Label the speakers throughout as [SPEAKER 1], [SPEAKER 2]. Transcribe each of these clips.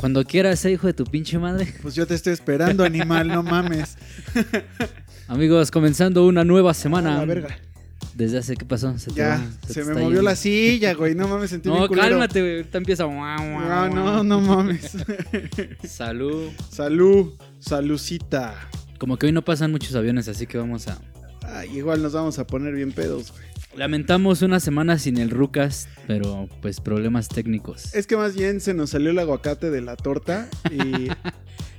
[SPEAKER 1] Cuando quieras, eh, hijo de tu pinche madre.
[SPEAKER 2] Pues yo te estoy esperando, animal, no mames.
[SPEAKER 1] Amigos, comenzando una nueva semana.
[SPEAKER 2] A la verga.
[SPEAKER 1] Desde hace, ¿qué pasó? ¿Se te
[SPEAKER 2] Ya,
[SPEAKER 1] va- te
[SPEAKER 2] se me
[SPEAKER 1] está
[SPEAKER 2] movió
[SPEAKER 1] yendo?
[SPEAKER 2] la silla, güey. No mames, sentí
[SPEAKER 1] No,
[SPEAKER 2] bien culero.
[SPEAKER 1] cálmate, güey. Ahorita empieza. guau,
[SPEAKER 2] No,
[SPEAKER 1] guau,
[SPEAKER 2] no,
[SPEAKER 1] guau.
[SPEAKER 2] no mames.
[SPEAKER 1] Salud.
[SPEAKER 2] Salud, salucita.
[SPEAKER 1] Como que hoy no pasan muchos aviones, así que vamos a.
[SPEAKER 2] Ay, igual nos vamos a poner bien pedos, güey.
[SPEAKER 1] Lamentamos una semana sin el Rucas, pero pues problemas técnicos.
[SPEAKER 2] Es que más bien se nos salió el aguacate de la torta y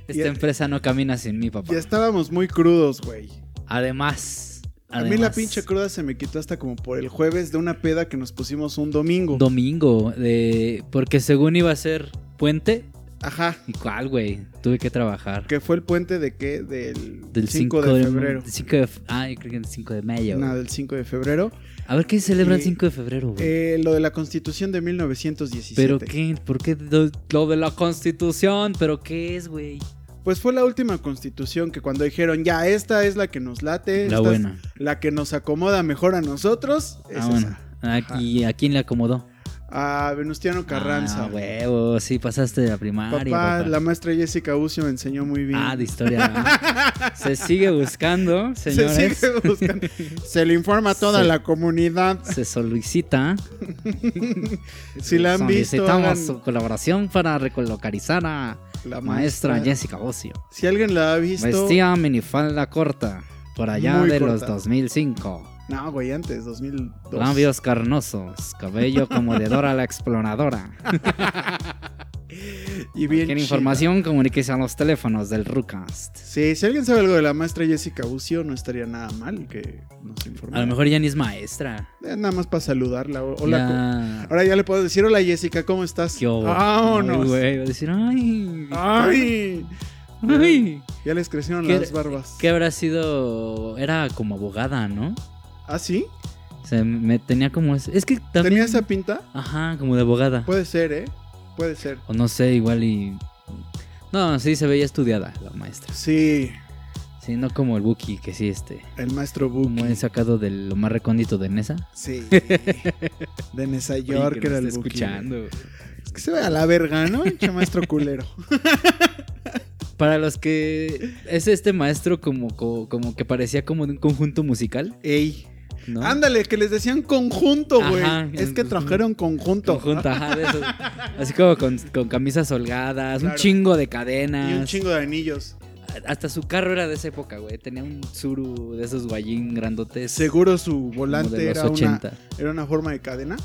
[SPEAKER 1] Esta
[SPEAKER 2] ya-
[SPEAKER 1] empresa no camina sin mí, papá.
[SPEAKER 2] ya estábamos muy crudos, güey.
[SPEAKER 1] Además,
[SPEAKER 2] A mí la
[SPEAKER 1] además,
[SPEAKER 2] pinche cruda se me quitó hasta como por el jueves de una peda que nos pusimos un domingo.
[SPEAKER 1] Domingo, de... porque según iba a ser puente,
[SPEAKER 2] Ajá.
[SPEAKER 1] ¿y cuál, güey? Tuve que trabajar.
[SPEAKER 2] Que fue el puente de qué? Del,
[SPEAKER 1] Del
[SPEAKER 2] 5 de, febrero.
[SPEAKER 1] del 5 de fe- Ah, yo creo que el 5 de mayo.
[SPEAKER 2] No,
[SPEAKER 1] güey.
[SPEAKER 2] del 5 de febrero.
[SPEAKER 1] A ver qué se celebra el
[SPEAKER 2] Eh,
[SPEAKER 1] 5 de febrero, güey.
[SPEAKER 2] Eh, lo de la constitución de 1917.
[SPEAKER 1] ¿Pero qué? ¿Por qué do- lo de la constitución? ¿Pero qué es, güey?
[SPEAKER 2] Pues fue la última constitución que cuando dijeron, ya, esta es la que nos late,
[SPEAKER 1] La
[SPEAKER 2] esta es
[SPEAKER 1] buena.
[SPEAKER 2] la que nos acomoda mejor a nosotros,
[SPEAKER 1] Ah,
[SPEAKER 2] es esa.
[SPEAKER 1] bueno. Aquí, ¿A quién le acomodó?
[SPEAKER 2] A Venustiano Carranza.
[SPEAKER 1] Ah, huevo, sí, pasaste de la
[SPEAKER 2] Papá,
[SPEAKER 1] primaria. papá.
[SPEAKER 2] la maestra Jessica Ucio me enseñó muy bien.
[SPEAKER 1] Ah, de historia. ¿no? Se sigue buscando,
[SPEAKER 2] se
[SPEAKER 1] señores. Se,
[SPEAKER 2] sigue buscando. Se le informa a toda
[SPEAKER 1] Se-
[SPEAKER 2] la comunidad.
[SPEAKER 1] solicita.
[SPEAKER 2] Si la han visto,
[SPEAKER 1] Solicitamos
[SPEAKER 2] hagan-
[SPEAKER 1] su colaboración para recolocarizar a
[SPEAKER 2] la
[SPEAKER 1] maestra Jessica Ocio.
[SPEAKER 2] Si alguien la ha visto.
[SPEAKER 1] Vestía minifalda corta, por allá
[SPEAKER 2] Muy
[SPEAKER 1] de
[SPEAKER 2] corta.
[SPEAKER 1] los 2005.
[SPEAKER 2] No, güey, antes, 2002.
[SPEAKER 1] Labios carnosos, cabello como de Dora la exploradora.
[SPEAKER 2] Y bien.
[SPEAKER 1] Cualquier
[SPEAKER 2] chida.
[SPEAKER 1] información comuníquese a los teléfonos del Rucast.
[SPEAKER 2] Sí, si alguien sabe algo de la maestra Jessica Ucio, no estaría nada mal que nos informara.
[SPEAKER 1] A lo mejor ya ni es maestra.
[SPEAKER 2] Eh, Nada más para saludarla. o- Hola. co-
[SPEAKER 1] Ya.
[SPEAKER 2] Ahora ya le puedo decir, hola Jessica, ¿cómo estás?
[SPEAKER 1] ¿Qué hubo? Ay,
[SPEAKER 2] Vámonos.
[SPEAKER 1] güey, va a decir, ay.
[SPEAKER 2] Ay.
[SPEAKER 1] ay.
[SPEAKER 2] Ya les crecieron
[SPEAKER 1] ¿Qué-
[SPEAKER 2] las barbas.
[SPEAKER 1] ¿Qué habrá sido? Era como abogada, ¿no?
[SPEAKER 2] ¿Ah, sí?
[SPEAKER 1] O sea, me tenía como... ese- Es que también...
[SPEAKER 2] ¿Tenía esa pinta?
[SPEAKER 1] Ajá, como de abogada.
[SPEAKER 2] Puede ser, ¿eh? Puede ser.
[SPEAKER 1] O no sé, igual y... No, sí, se veía estudiada la maestra.
[SPEAKER 2] Sí,
[SPEAKER 1] Sí, no como el Buki, que sí, este...
[SPEAKER 2] el maestro Boom.
[SPEAKER 1] Como he sacado de lo más recóndito de Nesa.
[SPEAKER 2] Sí. De Nueva York
[SPEAKER 1] Oye,
[SPEAKER 2] era
[SPEAKER 1] no
[SPEAKER 2] el
[SPEAKER 1] está
[SPEAKER 2] Buki.
[SPEAKER 1] escuchando.
[SPEAKER 2] Es que se ve a la verga, ¿no? Pinche maestro culero.
[SPEAKER 1] Para los que... Es este maestro como, como, como que parecía como de un conjunto musical,
[SPEAKER 2] Ey.
[SPEAKER 1] ¿no?
[SPEAKER 2] Ándale, que les decían conjunto, güey.
[SPEAKER 1] Ajá,
[SPEAKER 2] Es que
[SPEAKER 1] conjunto.
[SPEAKER 2] trajeron conjunto.
[SPEAKER 1] Conjunto, ajá, de esos. Así como con, con camisas holgadas,
[SPEAKER 2] Claro.
[SPEAKER 1] un chingo de
[SPEAKER 2] Ah, Y
[SPEAKER 1] cadenas.
[SPEAKER 2] un chingo de anillos.
[SPEAKER 1] Hasta su carro era de esa época, güey. Tenía un Zuru de esos guayín grandotes.
[SPEAKER 2] Seguro su
[SPEAKER 1] como
[SPEAKER 2] volante
[SPEAKER 1] de los
[SPEAKER 2] era una,
[SPEAKER 1] 80.
[SPEAKER 2] era una forma de cadena.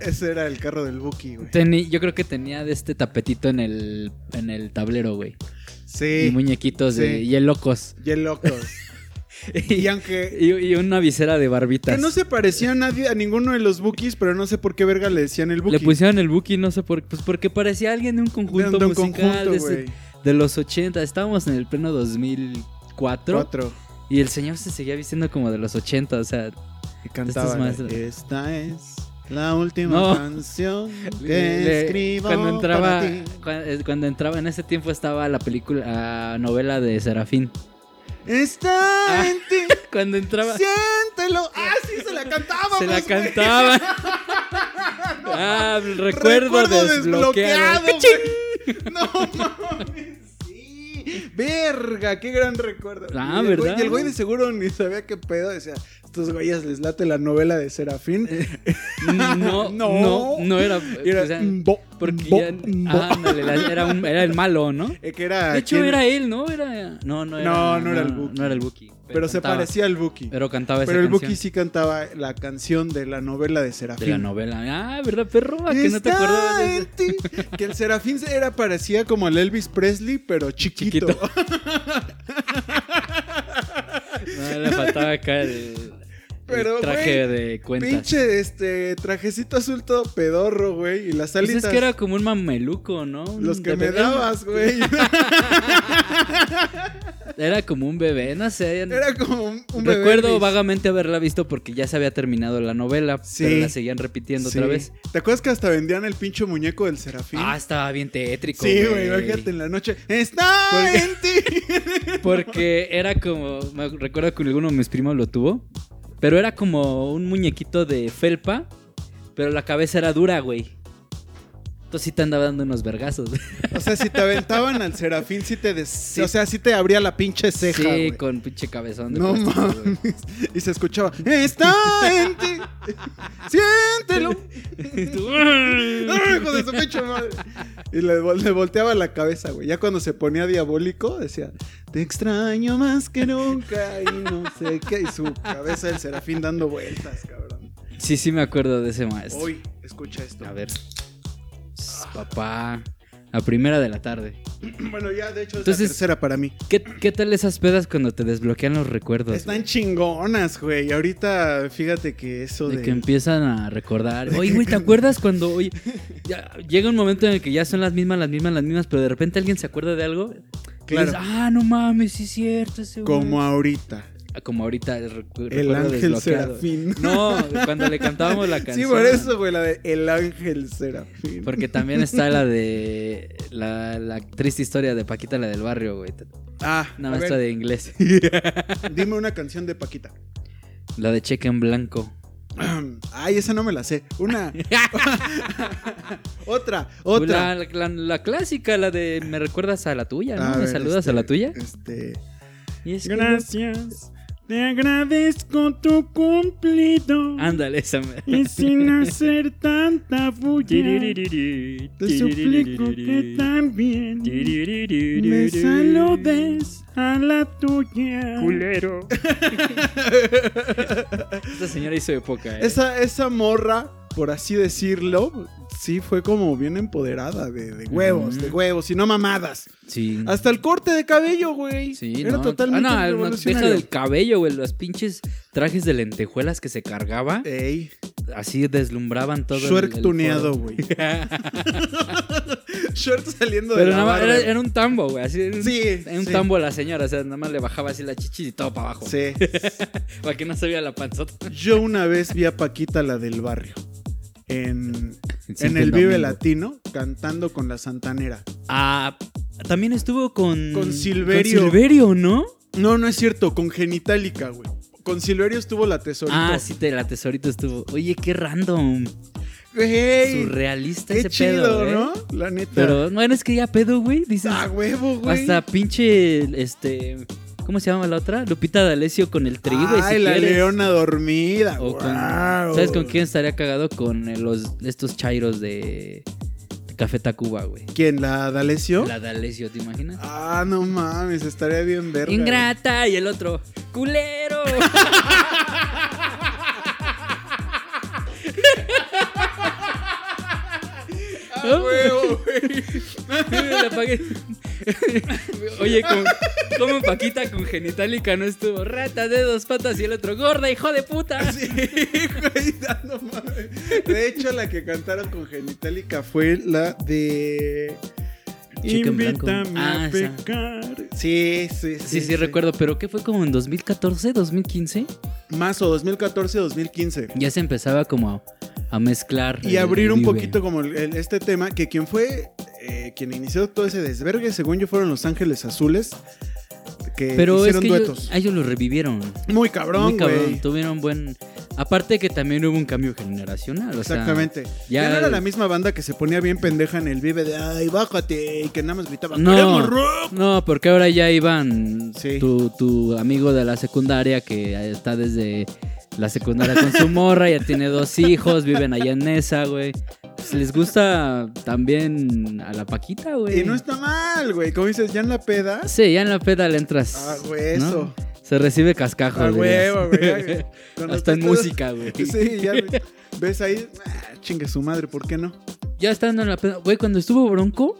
[SPEAKER 2] Ese era el carro del Buki, güey.
[SPEAKER 1] Teni- yo creo que tenía de este tapetito en el, en el tablero, güey. Y
[SPEAKER 2] Sí.
[SPEAKER 1] muñequitos de
[SPEAKER 2] sí.
[SPEAKER 1] y el locos.
[SPEAKER 2] Y el locos. y
[SPEAKER 1] y,
[SPEAKER 2] aunque.
[SPEAKER 1] y una visera de barbitas.
[SPEAKER 2] Que no se parecía a nadie, a ninguno de los Bukis, pero no sé por qué verga le decían el Buki.
[SPEAKER 1] Le pusieron el Buki, no sé por qué. Pues porque parecía alguien de un
[SPEAKER 2] De un-
[SPEAKER 1] conjunto
[SPEAKER 2] de un
[SPEAKER 1] musical de, ese-
[SPEAKER 2] güey.
[SPEAKER 1] de los 80. Estábamos en el pleno 2004.
[SPEAKER 2] Cuatro.
[SPEAKER 1] Y el señor se seguía vistiendo como de los 80. O sea, Este
[SPEAKER 2] Y cantaban,
[SPEAKER 1] maestros.
[SPEAKER 2] Esta es la última
[SPEAKER 1] No.
[SPEAKER 2] canción que
[SPEAKER 1] Le-
[SPEAKER 2] escribo
[SPEAKER 1] cuando entraba
[SPEAKER 2] para ti.
[SPEAKER 1] cua- eh, cuando, entraba en ese tiempo estaba la película ah, novela de Serafín
[SPEAKER 2] Está
[SPEAKER 1] Ah.
[SPEAKER 2] en ti,
[SPEAKER 1] cuando entraba
[SPEAKER 2] siéntelo. Ah, sí, se la cantaba.
[SPEAKER 1] se la cantaba ah recuerdo, desbloqueado,
[SPEAKER 2] güey. No mames, sí. Verga, qué gran recuerdo.
[SPEAKER 1] Ah,
[SPEAKER 2] y el
[SPEAKER 1] ¿verdad?
[SPEAKER 2] Güey, y el güey de seguro ni sabía qué pedo. Decía, estos güeyes les late la novela de Serafín.
[SPEAKER 1] no
[SPEAKER 2] No.
[SPEAKER 1] no no era,
[SPEAKER 2] Y era,
[SPEAKER 1] Eh, o sea,
[SPEAKER 2] "Mbo,
[SPEAKER 1] porque
[SPEAKER 2] mbo,
[SPEAKER 1] ya-
[SPEAKER 2] mbo".
[SPEAKER 1] ah, ándale, la- era un- era el malo no
[SPEAKER 2] Eh, que era,
[SPEAKER 1] de hecho
[SPEAKER 2] ¿quién?
[SPEAKER 1] era él no era no no era
[SPEAKER 2] No, no era el Buki.
[SPEAKER 1] no era el Buki pero,
[SPEAKER 2] Pero se
[SPEAKER 1] cantaba-
[SPEAKER 2] parecía al Buki. Pero,
[SPEAKER 1] pero cantaba esa
[SPEAKER 2] el
[SPEAKER 1] canción
[SPEAKER 2] Buki sí cantaba la canción de la novela de Serafín.
[SPEAKER 1] de la novela ah verdad perro ¿A que no te
[SPEAKER 2] Está
[SPEAKER 1] acordabas de eso?
[SPEAKER 2] en ti. Que el Serafín era parecía como el Elvis Presley, pero chiquito.
[SPEAKER 1] Chiquito. No, le faltaba acá el, el
[SPEAKER 2] Pero,
[SPEAKER 1] traje de cuentas.
[SPEAKER 2] Pinche este trajecito azul todo pedorro, güey. Y las
[SPEAKER 1] Pues
[SPEAKER 2] alitas.
[SPEAKER 1] es que era como un mameluco, ¿no? Un
[SPEAKER 2] Los que
[SPEAKER 1] de
[SPEAKER 2] me
[SPEAKER 1] bebé.
[SPEAKER 2] dabas, güey.
[SPEAKER 1] Era como un bebé, no sé.
[SPEAKER 2] Era como un, un bebé
[SPEAKER 1] Recuerdo
[SPEAKER 2] gris.
[SPEAKER 1] vagamente haberla visto porque ya se había terminado la novela,
[SPEAKER 2] Sí.
[SPEAKER 1] pero la seguían repitiendo
[SPEAKER 2] Sí.
[SPEAKER 1] otra vez.
[SPEAKER 2] ¿Te acuerdas que hasta vendían el pinche muñeco del Serafín?
[SPEAKER 1] Ah, estaba bien tétrico.
[SPEAKER 2] sí, güey. Imagínate en la noche. ¡Está
[SPEAKER 1] Porque-
[SPEAKER 2] en ti!
[SPEAKER 1] Porque era como. Me recuerdo que alguno de mis primos lo tuvo. Pero era como un muñequito de felpa. Pero la cabeza era dura, güey. Entonces sí te andaba dando unos vergazos.
[SPEAKER 2] O sea, si te aventaban al serafín, sí te des...
[SPEAKER 1] Sí.
[SPEAKER 2] O sea, sí te abría la pinche ceja.
[SPEAKER 1] sí,
[SPEAKER 2] güey.
[SPEAKER 1] con pinche cabezón. de
[SPEAKER 2] No
[SPEAKER 1] plástico, güey.
[SPEAKER 2] mames. Y se escuchaba. Está en ti. Siéntelo.
[SPEAKER 1] Y tú,
[SPEAKER 2] ¡Ah, hijo de su pinche madre! Y le, vol- le volteaba la cabeza, güey. Ya cuando se ponía diabólico, decía, te extraño más que nunca y no sé qué. Y su cabeza del serafín dando vueltas, cabrón.
[SPEAKER 1] Sí, sí me acuerdo de ese maestro.
[SPEAKER 2] Hoy, escucha esto.
[SPEAKER 1] A ver. Sss, Papá. A primera de la tarde.
[SPEAKER 2] Bueno, ya, de hecho, es
[SPEAKER 1] Entonces-
[SPEAKER 2] la tercera para mí.
[SPEAKER 1] ¿Qué, qué tal esas pedas cuando te desbloquean los recuerdos?
[SPEAKER 2] Están
[SPEAKER 1] güey?
[SPEAKER 2] chingonas, güey. Ahorita, fíjate que eso de...
[SPEAKER 1] De que empiezan a recordar. Oye, güey, ¿te acuerdas cuando oye, ya llega un momento en el que ya son las mismas, las mismas, las mismas, pero de repente alguien se acuerda de algo? y
[SPEAKER 2] Claro.
[SPEAKER 1] dices, ah, no mames, sí es cierto. Ese güey".
[SPEAKER 2] Como ahorita.
[SPEAKER 1] Ah, Como ahorita el, recu-
[SPEAKER 2] El
[SPEAKER 1] recuerdo
[SPEAKER 2] ángel
[SPEAKER 1] desbloqueado.
[SPEAKER 2] serafín.
[SPEAKER 1] No, cuando le cantábamos la
[SPEAKER 2] Sí,
[SPEAKER 1] canción.
[SPEAKER 2] por eso, güey, la de El ángel serafín.
[SPEAKER 1] Porque también está la de. La, la triste historia de Paquita, la del barrio, güey.
[SPEAKER 2] Ah,
[SPEAKER 1] Una
[SPEAKER 2] a
[SPEAKER 1] maestra
[SPEAKER 2] ver,
[SPEAKER 1] de inglés.
[SPEAKER 2] dime una canción de Paquita.
[SPEAKER 1] La de cheque en blanco.
[SPEAKER 2] Ay, esa no me la sé. Una. otra, otra.
[SPEAKER 1] La, la- la clásica, la de me recuerdas a la tuya, ¿no?
[SPEAKER 2] A
[SPEAKER 1] ¿Me
[SPEAKER 2] ver,
[SPEAKER 1] saludas
[SPEAKER 2] este,
[SPEAKER 1] a la tuya?
[SPEAKER 2] Este.
[SPEAKER 1] Y es que-
[SPEAKER 3] Gracias, te agradezco tu cumplido.
[SPEAKER 1] Ándale, esa me...
[SPEAKER 3] Y sin hacer tanta bulla, te suplico que también me saludes a la tuya. Culero.
[SPEAKER 1] Esta señora hizo época, ¿eh?
[SPEAKER 2] Esa, esa morra, por así decirlo, sí fue como bien empoderada de, de huevos,
[SPEAKER 1] Ujú.
[SPEAKER 2] de huevos y no mamadas.
[SPEAKER 1] Sí.
[SPEAKER 2] Hasta el corte de cabello, güey.
[SPEAKER 1] Sí,
[SPEAKER 2] Era
[SPEAKER 1] no.
[SPEAKER 2] totalmente.
[SPEAKER 1] Ah, no, no, deja
[SPEAKER 2] revolucionario.
[SPEAKER 1] del cabello, güey. Los pinches trajes de lentejuelas que se cargaba,
[SPEAKER 2] Ey,
[SPEAKER 1] así deslumbraban todo. el-
[SPEAKER 2] Shwerk
[SPEAKER 1] el
[SPEAKER 2] tuneado,
[SPEAKER 1] foro.
[SPEAKER 2] güey. Short saliendo de
[SPEAKER 1] Pero
[SPEAKER 2] la
[SPEAKER 1] nada más,
[SPEAKER 2] barba.
[SPEAKER 1] era, era un tambo, güey. Así, era un-
[SPEAKER 2] Sí,
[SPEAKER 1] era un
[SPEAKER 2] sí.
[SPEAKER 1] tambo a la señora, o sea, nada más le bajaba así la chichi y todo para abajo.
[SPEAKER 2] Sí.
[SPEAKER 1] Para que no se vea la panzota.
[SPEAKER 2] Yo una vez vi a Paquita, la del barrio, en, en
[SPEAKER 1] Siempre
[SPEAKER 2] el Vive
[SPEAKER 1] domingo.
[SPEAKER 2] Latino, cantando con la Santanera.
[SPEAKER 1] Ah, también estuvo con.
[SPEAKER 2] Con Silverio.
[SPEAKER 1] Con Silverio, ¿no?
[SPEAKER 2] No, no es cierto, con Genitalica, güey. Con Silverio estuvo la tesorito.
[SPEAKER 1] Ah, sí, te, la tesorito estuvo. Oye, qué random.
[SPEAKER 2] Güey,
[SPEAKER 1] Surrealista
[SPEAKER 2] qué
[SPEAKER 1] ese
[SPEAKER 2] chido,
[SPEAKER 1] pedo, ¿eh?
[SPEAKER 2] ¿no? La neta.
[SPEAKER 1] Pero bueno, es que ya pedo, güey. Dices.
[SPEAKER 2] Ah, huevo, güey.
[SPEAKER 1] hasta pinche. Este. ¿Cómo se llama la otra? Lupita D'Alessio con el tri, güey.
[SPEAKER 2] Ay,
[SPEAKER 1] si
[SPEAKER 2] la
[SPEAKER 1] quieres.
[SPEAKER 2] leona dormida.
[SPEAKER 1] O con-
[SPEAKER 2] guau.
[SPEAKER 1] ¿Sabes con quién estaría cagado? Con eh, los, estos chairos de, de Café Tacuba, güey.
[SPEAKER 2] ¿Quién? ¿La D'Alessio?
[SPEAKER 1] La D'Alessio, ¿te imaginas?
[SPEAKER 2] Ah, no mames, estaría bien verga. güey.
[SPEAKER 1] Ingrata y el otro, culero.
[SPEAKER 2] Ah, huevo, güey.
[SPEAKER 1] Le apagué. Oye, como, como Paquita con genitálica no estuvo rata de dos patas y el otro gorda, hijo de puta.
[SPEAKER 2] Ah, Sí, güey, ya no mames. De hecho, la que cantaron con Genitalica fue la de.
[SPEAKER 1] Chica en blanco.
[SPEAKER 3] Invítame
[SPEAKER 1] Ah,
[SPEAKER 3] a
[SPEAKER 1] esa.
[SPEAKER 3] pecar.
[SPEAKER 2] Sí, sí, sí.
[SPEAKER 1] Sí, sí, recuerdo, pero ¿qué fue como en 2014, 2015?
[SPEAKER 2] Más o 2014, 2015.
[SPEAKER 1] Ya se empezaba como a, a mezclar.
[SPEAKER 2] Y
[SPEAKER 1] el-
[SPEAKER 2] abrir
[SPEAKER 1] el
[SPEAKER 2] un
[SPEAKER 1] vive.
[SPEAKER 2] poquito como el- el- este tema, que quien fue, eh, quien inició todo ese desvergue, según yo, fueron Los Ángeles Azules, que
[SPEAKER 1] Pero es
[SPEAKER 2] eh, hicieron
[SPEAKER 1] que
[SPEAKER 2] duetos.
[SPEAKER 1] ellos, a ellos lo revivieron.
[SPEAKER 2] Muy cabrón,
[SPEAKER 1] Muy cabrón,
[SPEAKER 2] güey.
[SPEAKER 1] tuvieron buen... Aparte que también hubo un cambio generacional, o sea,
[SPEAKER 2] Exactamente.
[SPEAKER 1] ya-
[SPEAKER 2] Ya, no era la misma banda que se ponía bien pendeja en el vive de ay, bájate, y que nada más gritaba,
[SPEAKER 1] No.
[SPEAKER 2] "Queremos rock".
[SPEAKER 1] No, porque ahora ya iban
[SPEAKER 2] Sí.
[SPEAKER 1] tu, tu amigo de la secundaria que está desde la secundaria con su morra, ya tiene dos hijos, viven allá en esa, güey. Pues les gusta también a la Paquita, güey.
[SPEAKER 2] Y no está mal, güey. Como dices, ya en la peda,
[SPEAKER 1] Sí, ya en la peda le entras.
[SPEAKER 2] Ah, güey, eso.
[SPEAKER 1] ¿no? Se recibe cascajo.
[SPEAKER 2] A
[SPEAKER 1] dirías.
[SPEAKER 2] huevo, güey. Cuando
[SPEAKER 1] Hasta en
[SPEAKER 2] estás-
[SPEAKER 1] música, güey.
[SPEAKER 2] Sí, ya ves- ves ahí, ah, chingue su madre, ¿por qué no?
[SPEAKER 1] Ya estando en la peda. Güey, cuando estuvo Bronco,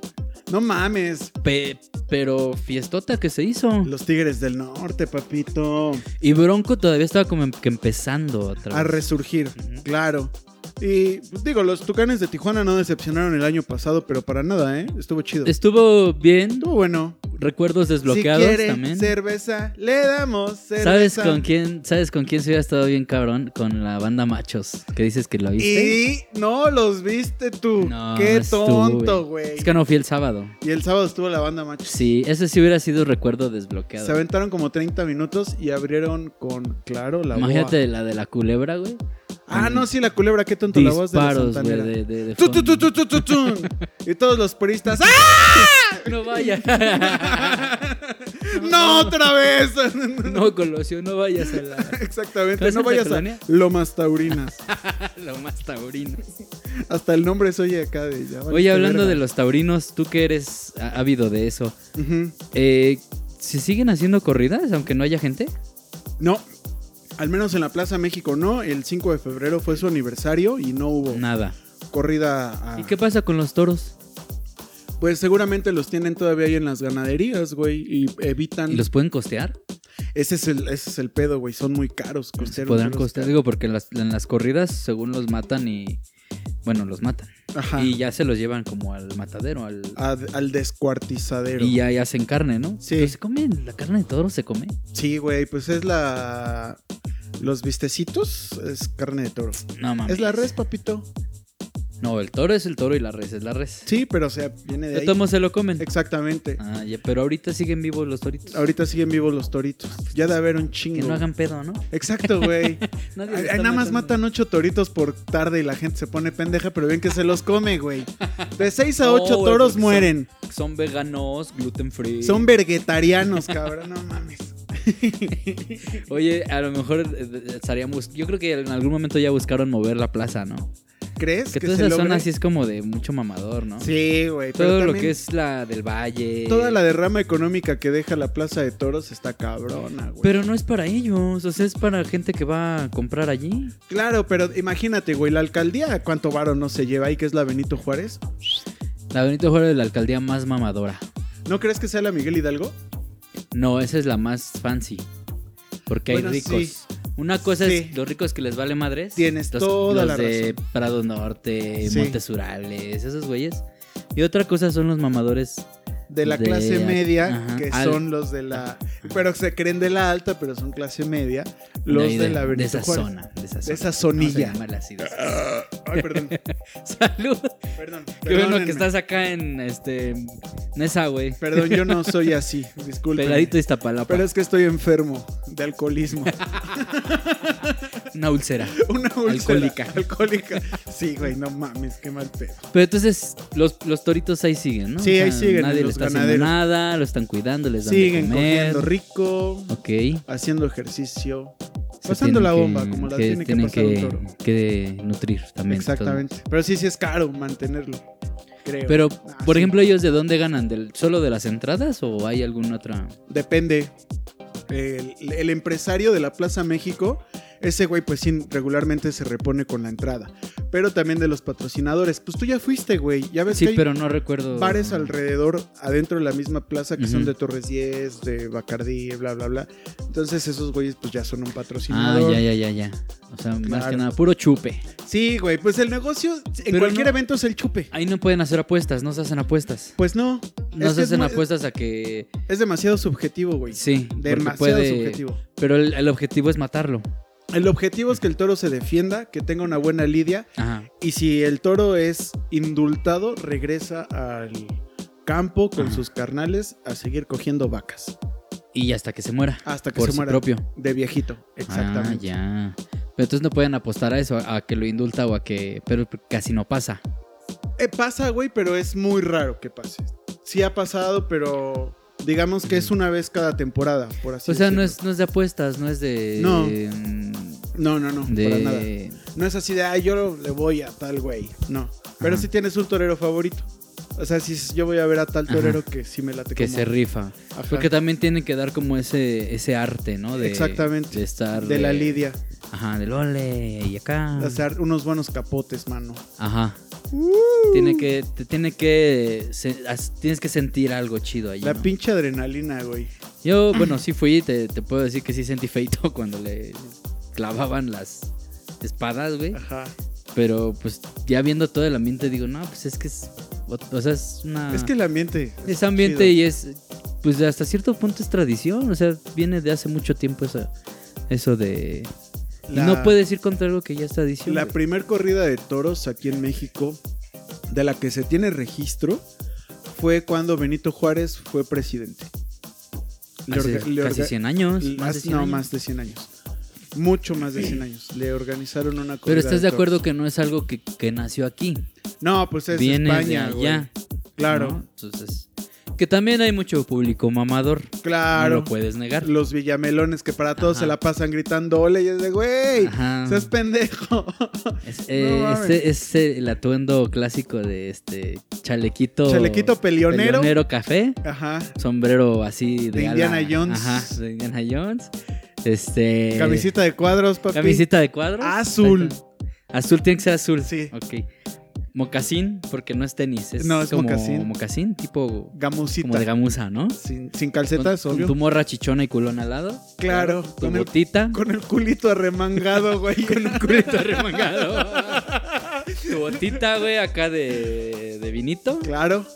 [SPEAKER 2] No mames,
[SPEAKER 1] pe- pero fiestota que se hizo.
[SPEAKER 2] los Tigres del Norte, papito,
[SPEAKER 1] Y Bronco todavía estaba como em- que empezando otra vez.
[SPEAKER 2] a resurgir,
[SPEAKER 1] Ujú.
[SPEAKER 2] claro. Y pues, digo, los Tucanes de Tijuana no decepcionaron el año pasado, pero para nada, ¿eh? Estuvo chido.
[SPEAKER 1] Estuvo bien.
[SPEAKER 2] Estuvo bueno.
[SPEAKER 1] Recuerdos desbloqueados
[SPEAKER 2] si quiere
[SPEAKER 1] también.
[SPEAKER 2] cerveza, le damos cerveza.
[SPEAKER 1] ¿Sabes con quién? ¿Sabes con quién se hubiera estado bien cabrón? Con la banda Machos, que dices que lo viste.
[SPEAKER 2] Y no los viste tú.
[SPEAKER 1] No,
[SPEAKER 2] Qué
[SPEAKER 1] no estuve.
[SPEAKER 2] tonto, güey.
[SPEAKER 1] Es que no fui el sábado.
[SPEAKER 2] Y el sábado estuvo la banda macho.
[SPEAKER 1] Sí, ese sí hubiera sido recuerdo desbloqueado.
[SPEAKER 2] Se aventaron como 30 minutos y abrieron con, claro, la boa.
[SPEAKER 1] Imagínate la de la culebra, güey.
[SPEAKER 2] Ah, no, sí, la culebra, qué tonto la voz de la
[SPEAKER 1] disparos, güey,
[SPEAKER 2] Santanera.
[SPEAKER 1] de, de, de
[SPEAKER 2] Tu, tu, tu,
[SPEAKER 1] fondo.
[SPEAKER 2] tu, tu, tu, tu. Y todos los puristas. ¡Ah!
[SPEAKER 1] No vaya.
[SPEAKER 2] ¡No, otra vez!
[SPEAKER 1] No, Colosio, no vayas a la,
[SPEAKER 2] Exactamente,
[SPEAKER 1] ¿Pero esa
[SPEAKER 2] no
[SPEAKER 1] es
[SPEAKER 2] vayas
[SPEAKER 1] la
[SPEAKER 2] a
[SPEAKER 1] colonia?
[SPEAKER 2] Lomas Taurinas.
[SPEAKER 1] a lo más taurino.
[SPEAKER 2] Hasta el nombre soy acá de ya.
[SPEAKER 1] Oye, hablando de los taurinos, tú que eres ha- ávido de eso,
[SPEAKER 2] Ujú.
[SPEAKER 1] eh, ¿se siguen haciendo corridas aunque no haya gente?
[SPEAKER 2] No, al menos en la Plaza México no. El 5 de febrero fue su aniversario y no hubo
[SPEAKER 1] Nada.
[SPEAKER 2] corrida. A...
[SPEAKER 1] ¿Y qué pasa con los toros?
[SPEAKER 2] Pues seguramente los tienen todavía ahí en las ganaderías, güey. Y evitan.
[SPEAKER 1] ¿Y los pueden costear?
[SPEAKER 2] Ese, es el, ese es el pedo, güey. Son muy caros. costeros,
[SPEAKER 1] Podrán
[SPEAKER 2] güey, los
[SPEAKER 1] costear,
[SPEAKER 2] caros.
[SPEAKER 1] digo, porque en las, en las corridas, según los matan y. Bueno, los matan.
[SPEAKER 2] Ajá.
[SPEAKER 1] Y ya se los llevan como al matadero, al.
[SPEAKER 2] Ad- al descuartizadero.
[SPEAKER 1] Y ya, ya hacen carne, ¿no?
[SPEAKER 2] Ah, Sí.
[SPEAKER 1] Pero se come, la carne de toro se come.
[SPEAKER 2] Sí, güey. Pues es la. Los vistecitos es carne de toro.
[SPEAKER 1] No mames.
[SPEAKER 2] Es la res, papito.
[SPEAKER 1] No, el toro es el toro y la res es la res.
[SPEAKER 2] Sí, pero o sea, viene de
[SPEAKER 1] De
[SPEAKER 2] ahí.
[SPEAKER 1] todos modos se lo comen.
[SPEAKER 2] Exactamente.
[SPEAKER 1] Ah, ya, pero ahorita siguen vivos los toritos.
[SPEAKER 2] Ahorita siguen vivos los toritos. Ya de haber un
[SPEAKER 1] que
[SPEAKER 2] chingo.
[SPEAKER 1] no hagan pedo, ¿no?
[SPEAKER 2] Exacto, güey.
[SPEAKER 1] Nadie
[SPEAKER 2] Ay,
[SPEAKER 1] se
[SPEAKER 2] ay,
[SPEAKER 1] está
[SPEAKER 2] Nada más
[SPEAKER 1] matando.
[SPEAKER 2] matan ocho toritos por tarde y la gente se pone pendeja, pero ven que se los come, güey. De seis a
[SPEAKER 1] No,
[SPEAKER 2] ocho
[SPEAKER 1] güey, porque
[SPEAKER 2] toros
[SPEAKER 1] son-
[SPEAKER 2] mueren.
[SPEAKER 1] Son veganos, gluten free.
[SPEAKER 2] Son vegetarianos, cabrón, no mames.
[SPEAKER 1] Oye, a lo mejor eh, eh, estaríamos. Yo creo que en algún momento ya buscaron mover la plaza, ¿no?
[SPEAKER 2] ¿Crees
[SPEAKER 1] Que
[SPEAKER 2] que,
[SPEAKER 1] toda
[SPEAKER 2] se
[SPEAKER 1] esa
[SPEAKER 2] logre?
[SPEAKER 1] zona sí es como de mucho mamador, ¿no?
[SPEAKER 2] Sí, güey. pero
[SPEAKER 1] Todo lo
[SPEAKER 2] también
[SPEAKER 1] que es la del valle.
[SPEAKER 2] Toda la derrama económica que deja la plaza de toros está cabrona, güey.
[SPEAKER 1] Pero no es para ellos, o sea, es para gente que va a comprar allí.
[SPEAKER 2] Claro, pero imagínate, güey, la alcaldía, cuánto varo no se lleva ahí, que es la Benito Juárez.
[SPEAKER 1] La Benito Juárez es la alcaldía más mamadora.
[SPEAKER 2] ¿No crees que sea la Miguel Hidalgo?
[SPEAKER 1] No, esa es la más fancy. Porque hay
[SPEAKER 2] Bueno,
[SPEAKER 1] ricos. Una cosa
[SPEAKER 2] Sí.
[SPEAKER 1] es los ricos que les vale madres.
[SPEAKER 2] Tienes toda
[SPEAKER 1] los
[SPEAKER 2] la
[SPEAKER 1] de Prado Norte,
[SPEAKER 2] Sí.
[SPEAKER 1] Montes Urales, esos güeyes. Y otra cosa son los mamadores.
[SPEAKER 2] De la
[SPEAKER 1] De-
[SPEAKER 2] clase media,
[SPEAKER 1] ajá,
[SPEAKER 2] que
[SPEAKER 1] al-
[SPEAKER 2] son los de la. Pero se creen de la alta, pero son clase media. Los
[SPEAKER 1] ahí
[SPEAKER 2] de, la Benito
[SPEAKER 1] de esa
[SPEAKER 2] Juárez.
[SPEAKER 1] zona. De esa,
[SPEAKER 2] De
[SPEAKER 1] zona.
[SPEAKER 2] esa zonilla.
[SPEAKER 1] Vamos a llamarla así, de esa-
[SPEAKER 2] Ay, perdón,
[SPEAKER 1] Salud.
[SPEAKER 2] perdón.
[SPEAKER 1] Qué bueno
[SPEAKER 2] perdónenme.
[SPEAKER 1] que estás acá en este. En esa, güey.
[SPEAKER 2] Perdón, yo no soy así, disculpen.
[SPEAKER 1] Pegadito a Iztapalapa.
[SPEAKER 2] Pero es que estoy enfermo de alcoholismo.
[SPEAKER 1] Una úlcera.
[SPEAKER 2] Una úlcera.
[SPEAKER 1] Alcohólica.
[SPEAKER 2] Alcohólica. Sí, güey, no mames, qué mal pedo.
[SPEAKER 1] Pero entonces los, los toritos ahí siguen, ¿no?
[SPEAKER 2] Sí, ahí siguen,
[SPEAKER 1] Nadie
[SPEAKER 2] los
[SPEAKER 1] les está haciendo
[SPEAKER 2] ganaderos.
[SPEAKER 1] nada, lo están cuidando, les dan
[SPEAKER 2] Siguen
[SPEAKER 1] de comer.
[SPEAKER 2] comiendo rico,
[SPEAKER 1] Ok.
[SPEAKER 2] haciendo ejercicio,
[SPEAKER 1] Se
[SPEAKER 2] pasando
[SPEAKER 1] tienen
[SPEAKER 2] la
[SPEAKER 1] que-
[SPEAKER 2] bomba, como la tiene que
[SPEAKER 1] tienen
[SPEAKER 2] pasar un toro.
[SPEAKER 1] que nutrir también.
[SPEAKER 2] Exactamente. Pero sí, sí es caro mantenerlo. Creo.
[SPEAKER 1] todo. Pero,
[SPEAKER 2] Ah,
[SPEAKER 1] por
[SPEAKER 2] sí.
[SPEAKER 1] ejemplo, ¿ellos de dónde ganan? ¿Del, ¿Solo de las entradas o hay alguna otra?
[SPEAKER 2] Depende. El, el empresario de la Plaza México, ese güey, pues sí, regularmente se repone con la entrada. Pero también de los patrocinadores. Pues tú ya fuiste, güey. Ya ves
[SPEAKER 1] Sí,
[SPEAKER 2] Pues que hay
[SPEAKER 1] pero no recuerdo.
[SPEAKER 2] bares alrededor, adentro de la misma plaza, que son
[SPEAKER 1] Ujú.
[SPEAKER 2] de Torres 10, de Bacardí, bla, bla, bla. Entonces esos güeyes, pues ya son un
[SPEAKER 1] Ah,
[SPEAKER 2] patrocinador.
[SPEAKER 1] ya, ya, ya, ya. O sea, más que
[SPEAKER 2] Claro.
[SPEAKER 1] nada, puro chupe.
[SPEAKER 2] Sí, güey. Pues el negocio, en
[SPEAKER 1] Pero
[SPEAKER 2] cualquier
[SPEAKER 1] no-
[SPEAKER 2] evento es el chupe.
[SPEAKER 1] Ahí no pueden hacer apuestas, no se hacen apuestas.
[SPEAKER 2] Pues no.
[SPEAKER 1] No
[SPEAKER 2] es
[SPEAKER 1] se
[SPEAKER 2] que es
[SPEAKER 1] hacen
[SPEAKER 2] muy-
[SPEAKER 1] apuestas a que.
[SPEAKER 2] Es demasiado subjetivo, güey.
[SPEAKER 1] Sí, porque
[SPEAKER 2] Demasiado
[SPEAKER 1] puede-
[SPEAKER 2] subjetivo.
[SPEAKER 1] Pero el, el objetivo es matarlo.
[SPEAKER 2] El objetivo es que el toro se defienda, que tenga una buena lidia
[SPEAKER 1] Ajá.
[SPEAKER 2] y si el toro es indultado, regresa al campo con
[SPEAKER 1] Ajá.
[SPEAKER 2] sus carnales a seguir cogiendo vacas
[SPEAKER 1] Y hasta que se muera.
[SPEAKER 2] hasta que
[SPEAKER 1] por
[SPEAKER 2] se
[SPEAKER 1] su
[SPEAKER 2] muera
[SPEAKER 1] propio.
[SPEAKER 2] de viejito. Exactamente.
[SPEAKER 1] Ah, ya. Pero entonces no pueden apostar a eso, a que lo indulta o a que. Pero casi no pasa.
[SPEAKER 2] Eh, pasa, güey, pero es muy raro que pase. Sí ha pasado, pero digamos que es una vez cada temporada, por así
[SPEAKER 1] o sea, no
[SPEAKER 2] decirlo.
[SPEAKER 1] es, no es de apuestas, no es de.
[SPEAKER 2] No.
[SPEAKER 1] mm,
[SPEAKER 2] No, no, no,
[SPEAKER 1] de-
[SPEAKER 2] para nada. No es así de, ah, yo le voy a tal güey. No. Pero
[SPEAKER 1] Ajá.
[SPEAKER 2] sí tienes un torero favorito. O sea, si yo voy a ver a tal
[SPEAKER 1] Ajá.
[SPEAKER 2] torero que sí me late
[SPEAKER 1] que
[SPEAKER 2] como-
[SPEAKER 1] se rifa.
[SPEAKER 2] Ajá.
[SPEAKER 1] Porque también tienen que dar como ese, ese arte, ¿no? De,
[SPEAKER 2] Exactamente.
[SPEAKER 1] De estar.
[SPEAKER 2] de la lidia.
[SPEAKER 1] Ajá, del ole y acá.
[SPEAKER 2] Hacer unos buenos capotes, mano.
[SPEAKER 1] Ajá.
[SPEAKER 2] uh.
[SPEAKER 1] Tiene que. te tiene que. se- as- tienes que sentir algo chido ahí.
[SPEAKER 2] La
[SPEAKER 1] ¿no?
[SPEAKER 2] pinche adrenalina, güey.
[SPEAKER 1] Yo, bueno, sí fui, te, te puedo decir que sí sentí feito cuando le clavaban las espadas, güey.
[SPEAKER 2] Ajá.
[SPEAKER 1] Pero pues ya viendo todo el ambiente digo, no, pues es que es, o o sea, es una...
[SPEAKER 2] Es que el ambiente.
[SPEAKER 1] es ambiente
[SPEAKER 2] chido.
[SPEAKER 1] y es, pues hasta cierto punto es tradición, o sea, viene de hace mucho tiempo eso, eso de... y
[SPEAKER 2] La-
[SPEAKER 1] No puedes ir contra algo que ya es tradición.
[SPEAKER 2] La
[SPEAKER 1] güey.
[SPEAKER 2] primer corrida de toros aquí en México, de la que se tiene registro, fue cuando Benito Juárez fue presidente. Le
[SPEAKER 1] Hace
[SPEAKER 2] orga- le
[SPEAKER 1] casi
[SPEAKER 2] orga-
[SPEAKER 1] 100 años.
[SPEAKER 2] Más,
[SPEAKER 1] Más de 100
[SPEAKER 2] no,
[SPEAKER 1] años.
[SPEAKER 2] más de 100 años. mucho más de 100 años. Le organizaron una
[SPEAKER 1] Pero
[SPEAKER 2] corrida
[SPEAKER 1] estás de
[SPEAKER 2] toros.
[SPEAKER 1] acuerdo que no es algo que, que nació aquí.
[SPEAKER 2] No, pues es
[SPEAKER 1] Viene
[SPEAKER 2] España,
[SPEAKER 1] de
[SPEAKER 2] güey.
[SPEAKER 1] allá.
[SPEAKER 2] Claro,
[SPEAKER 1] ¿no? Entonces, que también hay mucho público mamador. No
[SPEAKER 2] claro.
[SPEAKER 1] lo puedes negar.
[SPEAKER 2] Los villamelones que para todos
[SPEAKER 1] Ajá.
[SPEAKER 2] se la pasan gritando ole y es de, güey,
[SPEAKER 1] Ajá.
[SPEAKER 2] seas pendejo.
[SPEAKER 1] Es, eh,
[SPEAKER 2] mames.
[SPEAKER 1] ese- es el atuendo clásico de este chalequito.
[SPEAKER 2] Chalequito pelionero.
[SPEAKER 1] pelionero café.
[SPEAKER 2] Ajá.
[SPEAKER 1] Sombrero así de,
[SPEAKER 2] De Indiana Jones.
[SPEAKER 1] Ajá, de Indiana Jones. Este.
[SPEAKER 2] Camisita de cuadros, papi.
[SPEAKER 1] Camisita de cuadros.
[SPEAKER 2] Azul.
[SPEAKER 1] Azul tiene que ser azul.
[SPEAKER 2] Sí.
[SPEAKER 1] Ok. Mocasín, porque no es tenis. Es
[SPEAKER 2] No, es
[SPEAKER 1] como
[SPEAKER 2] mocasín.
[SPEAKER 1] mocasín, tipo
[SPEAKER 2] Gamusita.
[SPEAKER 1] como de gamuza, ¿no?
[SPEAKER 2] sin, sin calcetas,
[SPEAKER 1] con,
[SPEAKER 2] obvio.
[SPEAKER 1] con tu morra chichona y culón al lado.
[SPEAKER 2] Claro,
[SPEAKER 1] Tu
[SPEAKER 2] con el-
[SPEAKER 1] botita.
[SPEAKER 2] Con el culito arremangado, güey. con el
[SPEAKER 1] culito arremangado. tu botita, güey, acá de, de vinito.
[SPEAKER 2] Claro,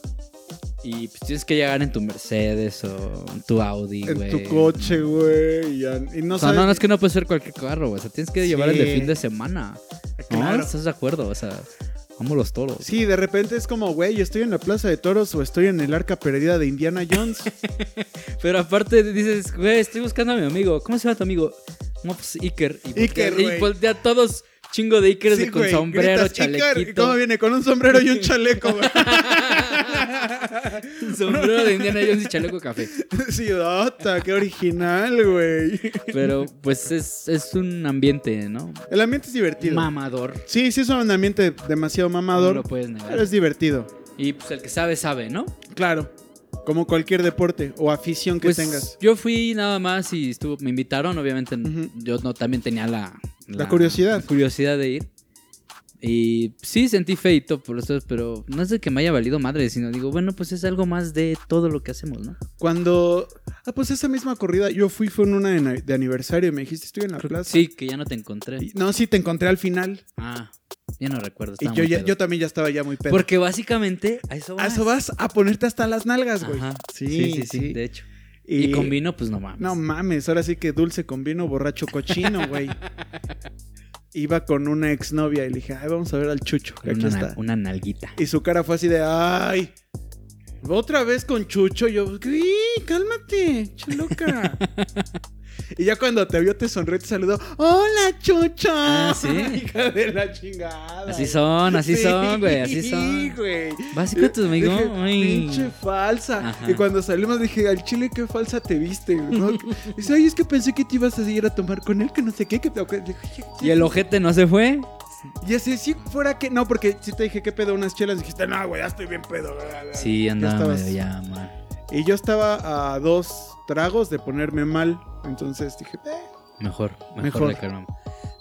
[SPEAKER 1] Y pues tienes que llegar en tu Mercedes o en tu Audi,
[SPEAKER 2] en
[SPEAKER 1] güey.
[SPEAKER 2] tu coche, güey. Y, an- y no
[SPEAKER 1] O sea,
[SPEAKER 2] sabes-
[SPEAKER 1] no, no es que no puede ser cualquier carro, güey. O sea, tienes que llevar el de
[SPEAKER 2] Sí.
[SPEAKER 1] fin de semana. ¿No?
[SPEAKER 2] Claro.
[SPEAKER 1] ¿Estás de acuerdo? O sea, vamos los toros.
[SPEAKER 2] Sí, de repente es como, güey, estoy en la Plaza de Toros o estoy en el Arca Perdida de Indiana Jones.
[SPEAKER 1] Pero aparte dices, güey, estoy buscando a mi amigo. ¿Cómo se llama tu amigo? No, pues Iker. Y voltea-
[SPEAKER 2] Iker,
[SPEAKER 1] y
[SPEAKER 2] güey.
[SPEAKER 1] voltea a todos chingo de Ikers
[SPEAKER 2] Sí,
[SPEAKER 1] con
[SPEAKER 2] güey,
[SPEAKER 1] sombrero,
[SPEAKER 2] gritas, "Icar", ¿y
[SPEAKER 1] chalequito.
[SPEAKER 2] ¿Cómo viene? Con un sombrero y un chaleco, güey.
[SPEAKER 1] sombrero de Indiana Jones y chaleco café.
[SPEAKER 2] Ciudota, qué original, güey.
[SPEAKER 1] Pero pues es, es un ambiente, ¿no?
[SPEAKER 2] El ambiente es divertido.
[SPEAKER 1] Mamador.
[SPEAKER 2] sí, sí es un ambiente demasiado
[SPEAKER 1] No
[SPEAKER 2] mamador,
[SPEAKER 1] lo puedes negar.
[SPEAKER 2] pero es divertido.
[SPEAKER 1] Y pues el que sabe, sabe, ¿no?
[SPEAKER 2] Claro. Como cualquier deporte o afición que
[SPEAKER 1] Pues
[SPEAKER 2] tengas.
[SPEAKER 1] yo fui nada más y estuvo, me invitaron, obviamente
[SPEAKER 2] Ujú.
[SPEAKER 1] yo no también tenía la,
[SPEAKER 2] La curiosidad.
[SPEAKER 1] la curiosidad de ir. Y sí sentí feito por eso, pero no es de que me haya valido madre, sino digo, bueno, pues es algo más de todo lo que hacemos, ¿no?
[SPEAKER 2] Cuando. Ah, pues esa misma corrida, yo fui, fue en una de, na- de aniversario y me dijiste, estoy en la plaza.
[SPEAKER 1] Sí, que ya no te encontré.
[SPEAKER 2] Y- no, sí, te encontré al final.
[SPEAKER 1] Ah, ya no recuerdo.
[SPEAKER 2] Y
[SPEAKER 1] estaba
[SPEAKER 2] yo,
[SPEAKER 1] muy
[SPEAKER 2] ya,
[SPEAKER 1] pedo.
[SPEAKER 2] yo también ya estaba ya muy pedo.
[SPEAKER 1] Porque básicamente a eso
[SPEAKER 2] a
[SPEAKER 1] vas.
[SPEAKER 2] eso vas a ponerte hasta las nalgas, güey.
[SPEAKER 1] Ajá. Sí, sí, sí, de hecho. Y,
[SPEAKER 2] Y-
[SPEAKER 1] con vino, pues no mames.
[SPEAKER 2] No mames, ahora sí que dulce con vino, borracho cochino, güey. Iba con una exnovia y le dije, ay, vamos a ver al chucho,
[SPEAKER 1] Con
[SPEAKER 2] que aquí
[SPEAKER 1] una,
[SPEAKER 2] está.
[SPEAKER 1] una nalguita.
[SPEAKER 2] Y su cara fue así de, ay, otra vez con chucho. Y yo, "Sí, cálmate, chaloca. y ya cuando te vio, te sonrió y te saludó, hola, chucho.
[SPEAKER 1] Ah, ¿sí?
[SPEAKER 2] Hija de la chingada.
[SPEAKER 1] Así son, así
[SPEAKER 2] Sí,
[SPEAKER 1] son, güey, así son.
[SPEAKER 2] güey.
[SPEAKER 1] Vas con tus amigos.
[SPEAKER 2] Dije,
[SPEAKER 1] ay.
[SPEAKER 2] Eh, Pinche falsa.
[SPEAKER 1] Ajá.
[SPEAKER 2] Y cuando salimos dije, al chile, qué falsa te viste. güey", ¿no? Dice, ay, es que pensé que te ibas a ir a tomar con él, que no sé qué, que te dije,
[SPEAKER 1] Y el ojete no se fue.
[SPEAKER 2] Y así, si fuera que. No, porque si te dije, ¿qué pedo? Unas chelas. Dijiste, no, güey, ya estoy bien pedo. bla, bla, bla".
[SPEAKER 1] Sí,
[SPEAKER 2] Ya
[SPEAKER 1] andaba
[SPEAKER 2] estabas.
[SPEAKER 1] medio ya mal.
[SPEAKER 2] Y yo estaba a dos tragos de ponerme mal. Entonces dije, "Eh".
[SPEAKER 1] Mejor, mejor,
[SPEAKER 2] Mejor.
[SPEAKER 1] le calmamos.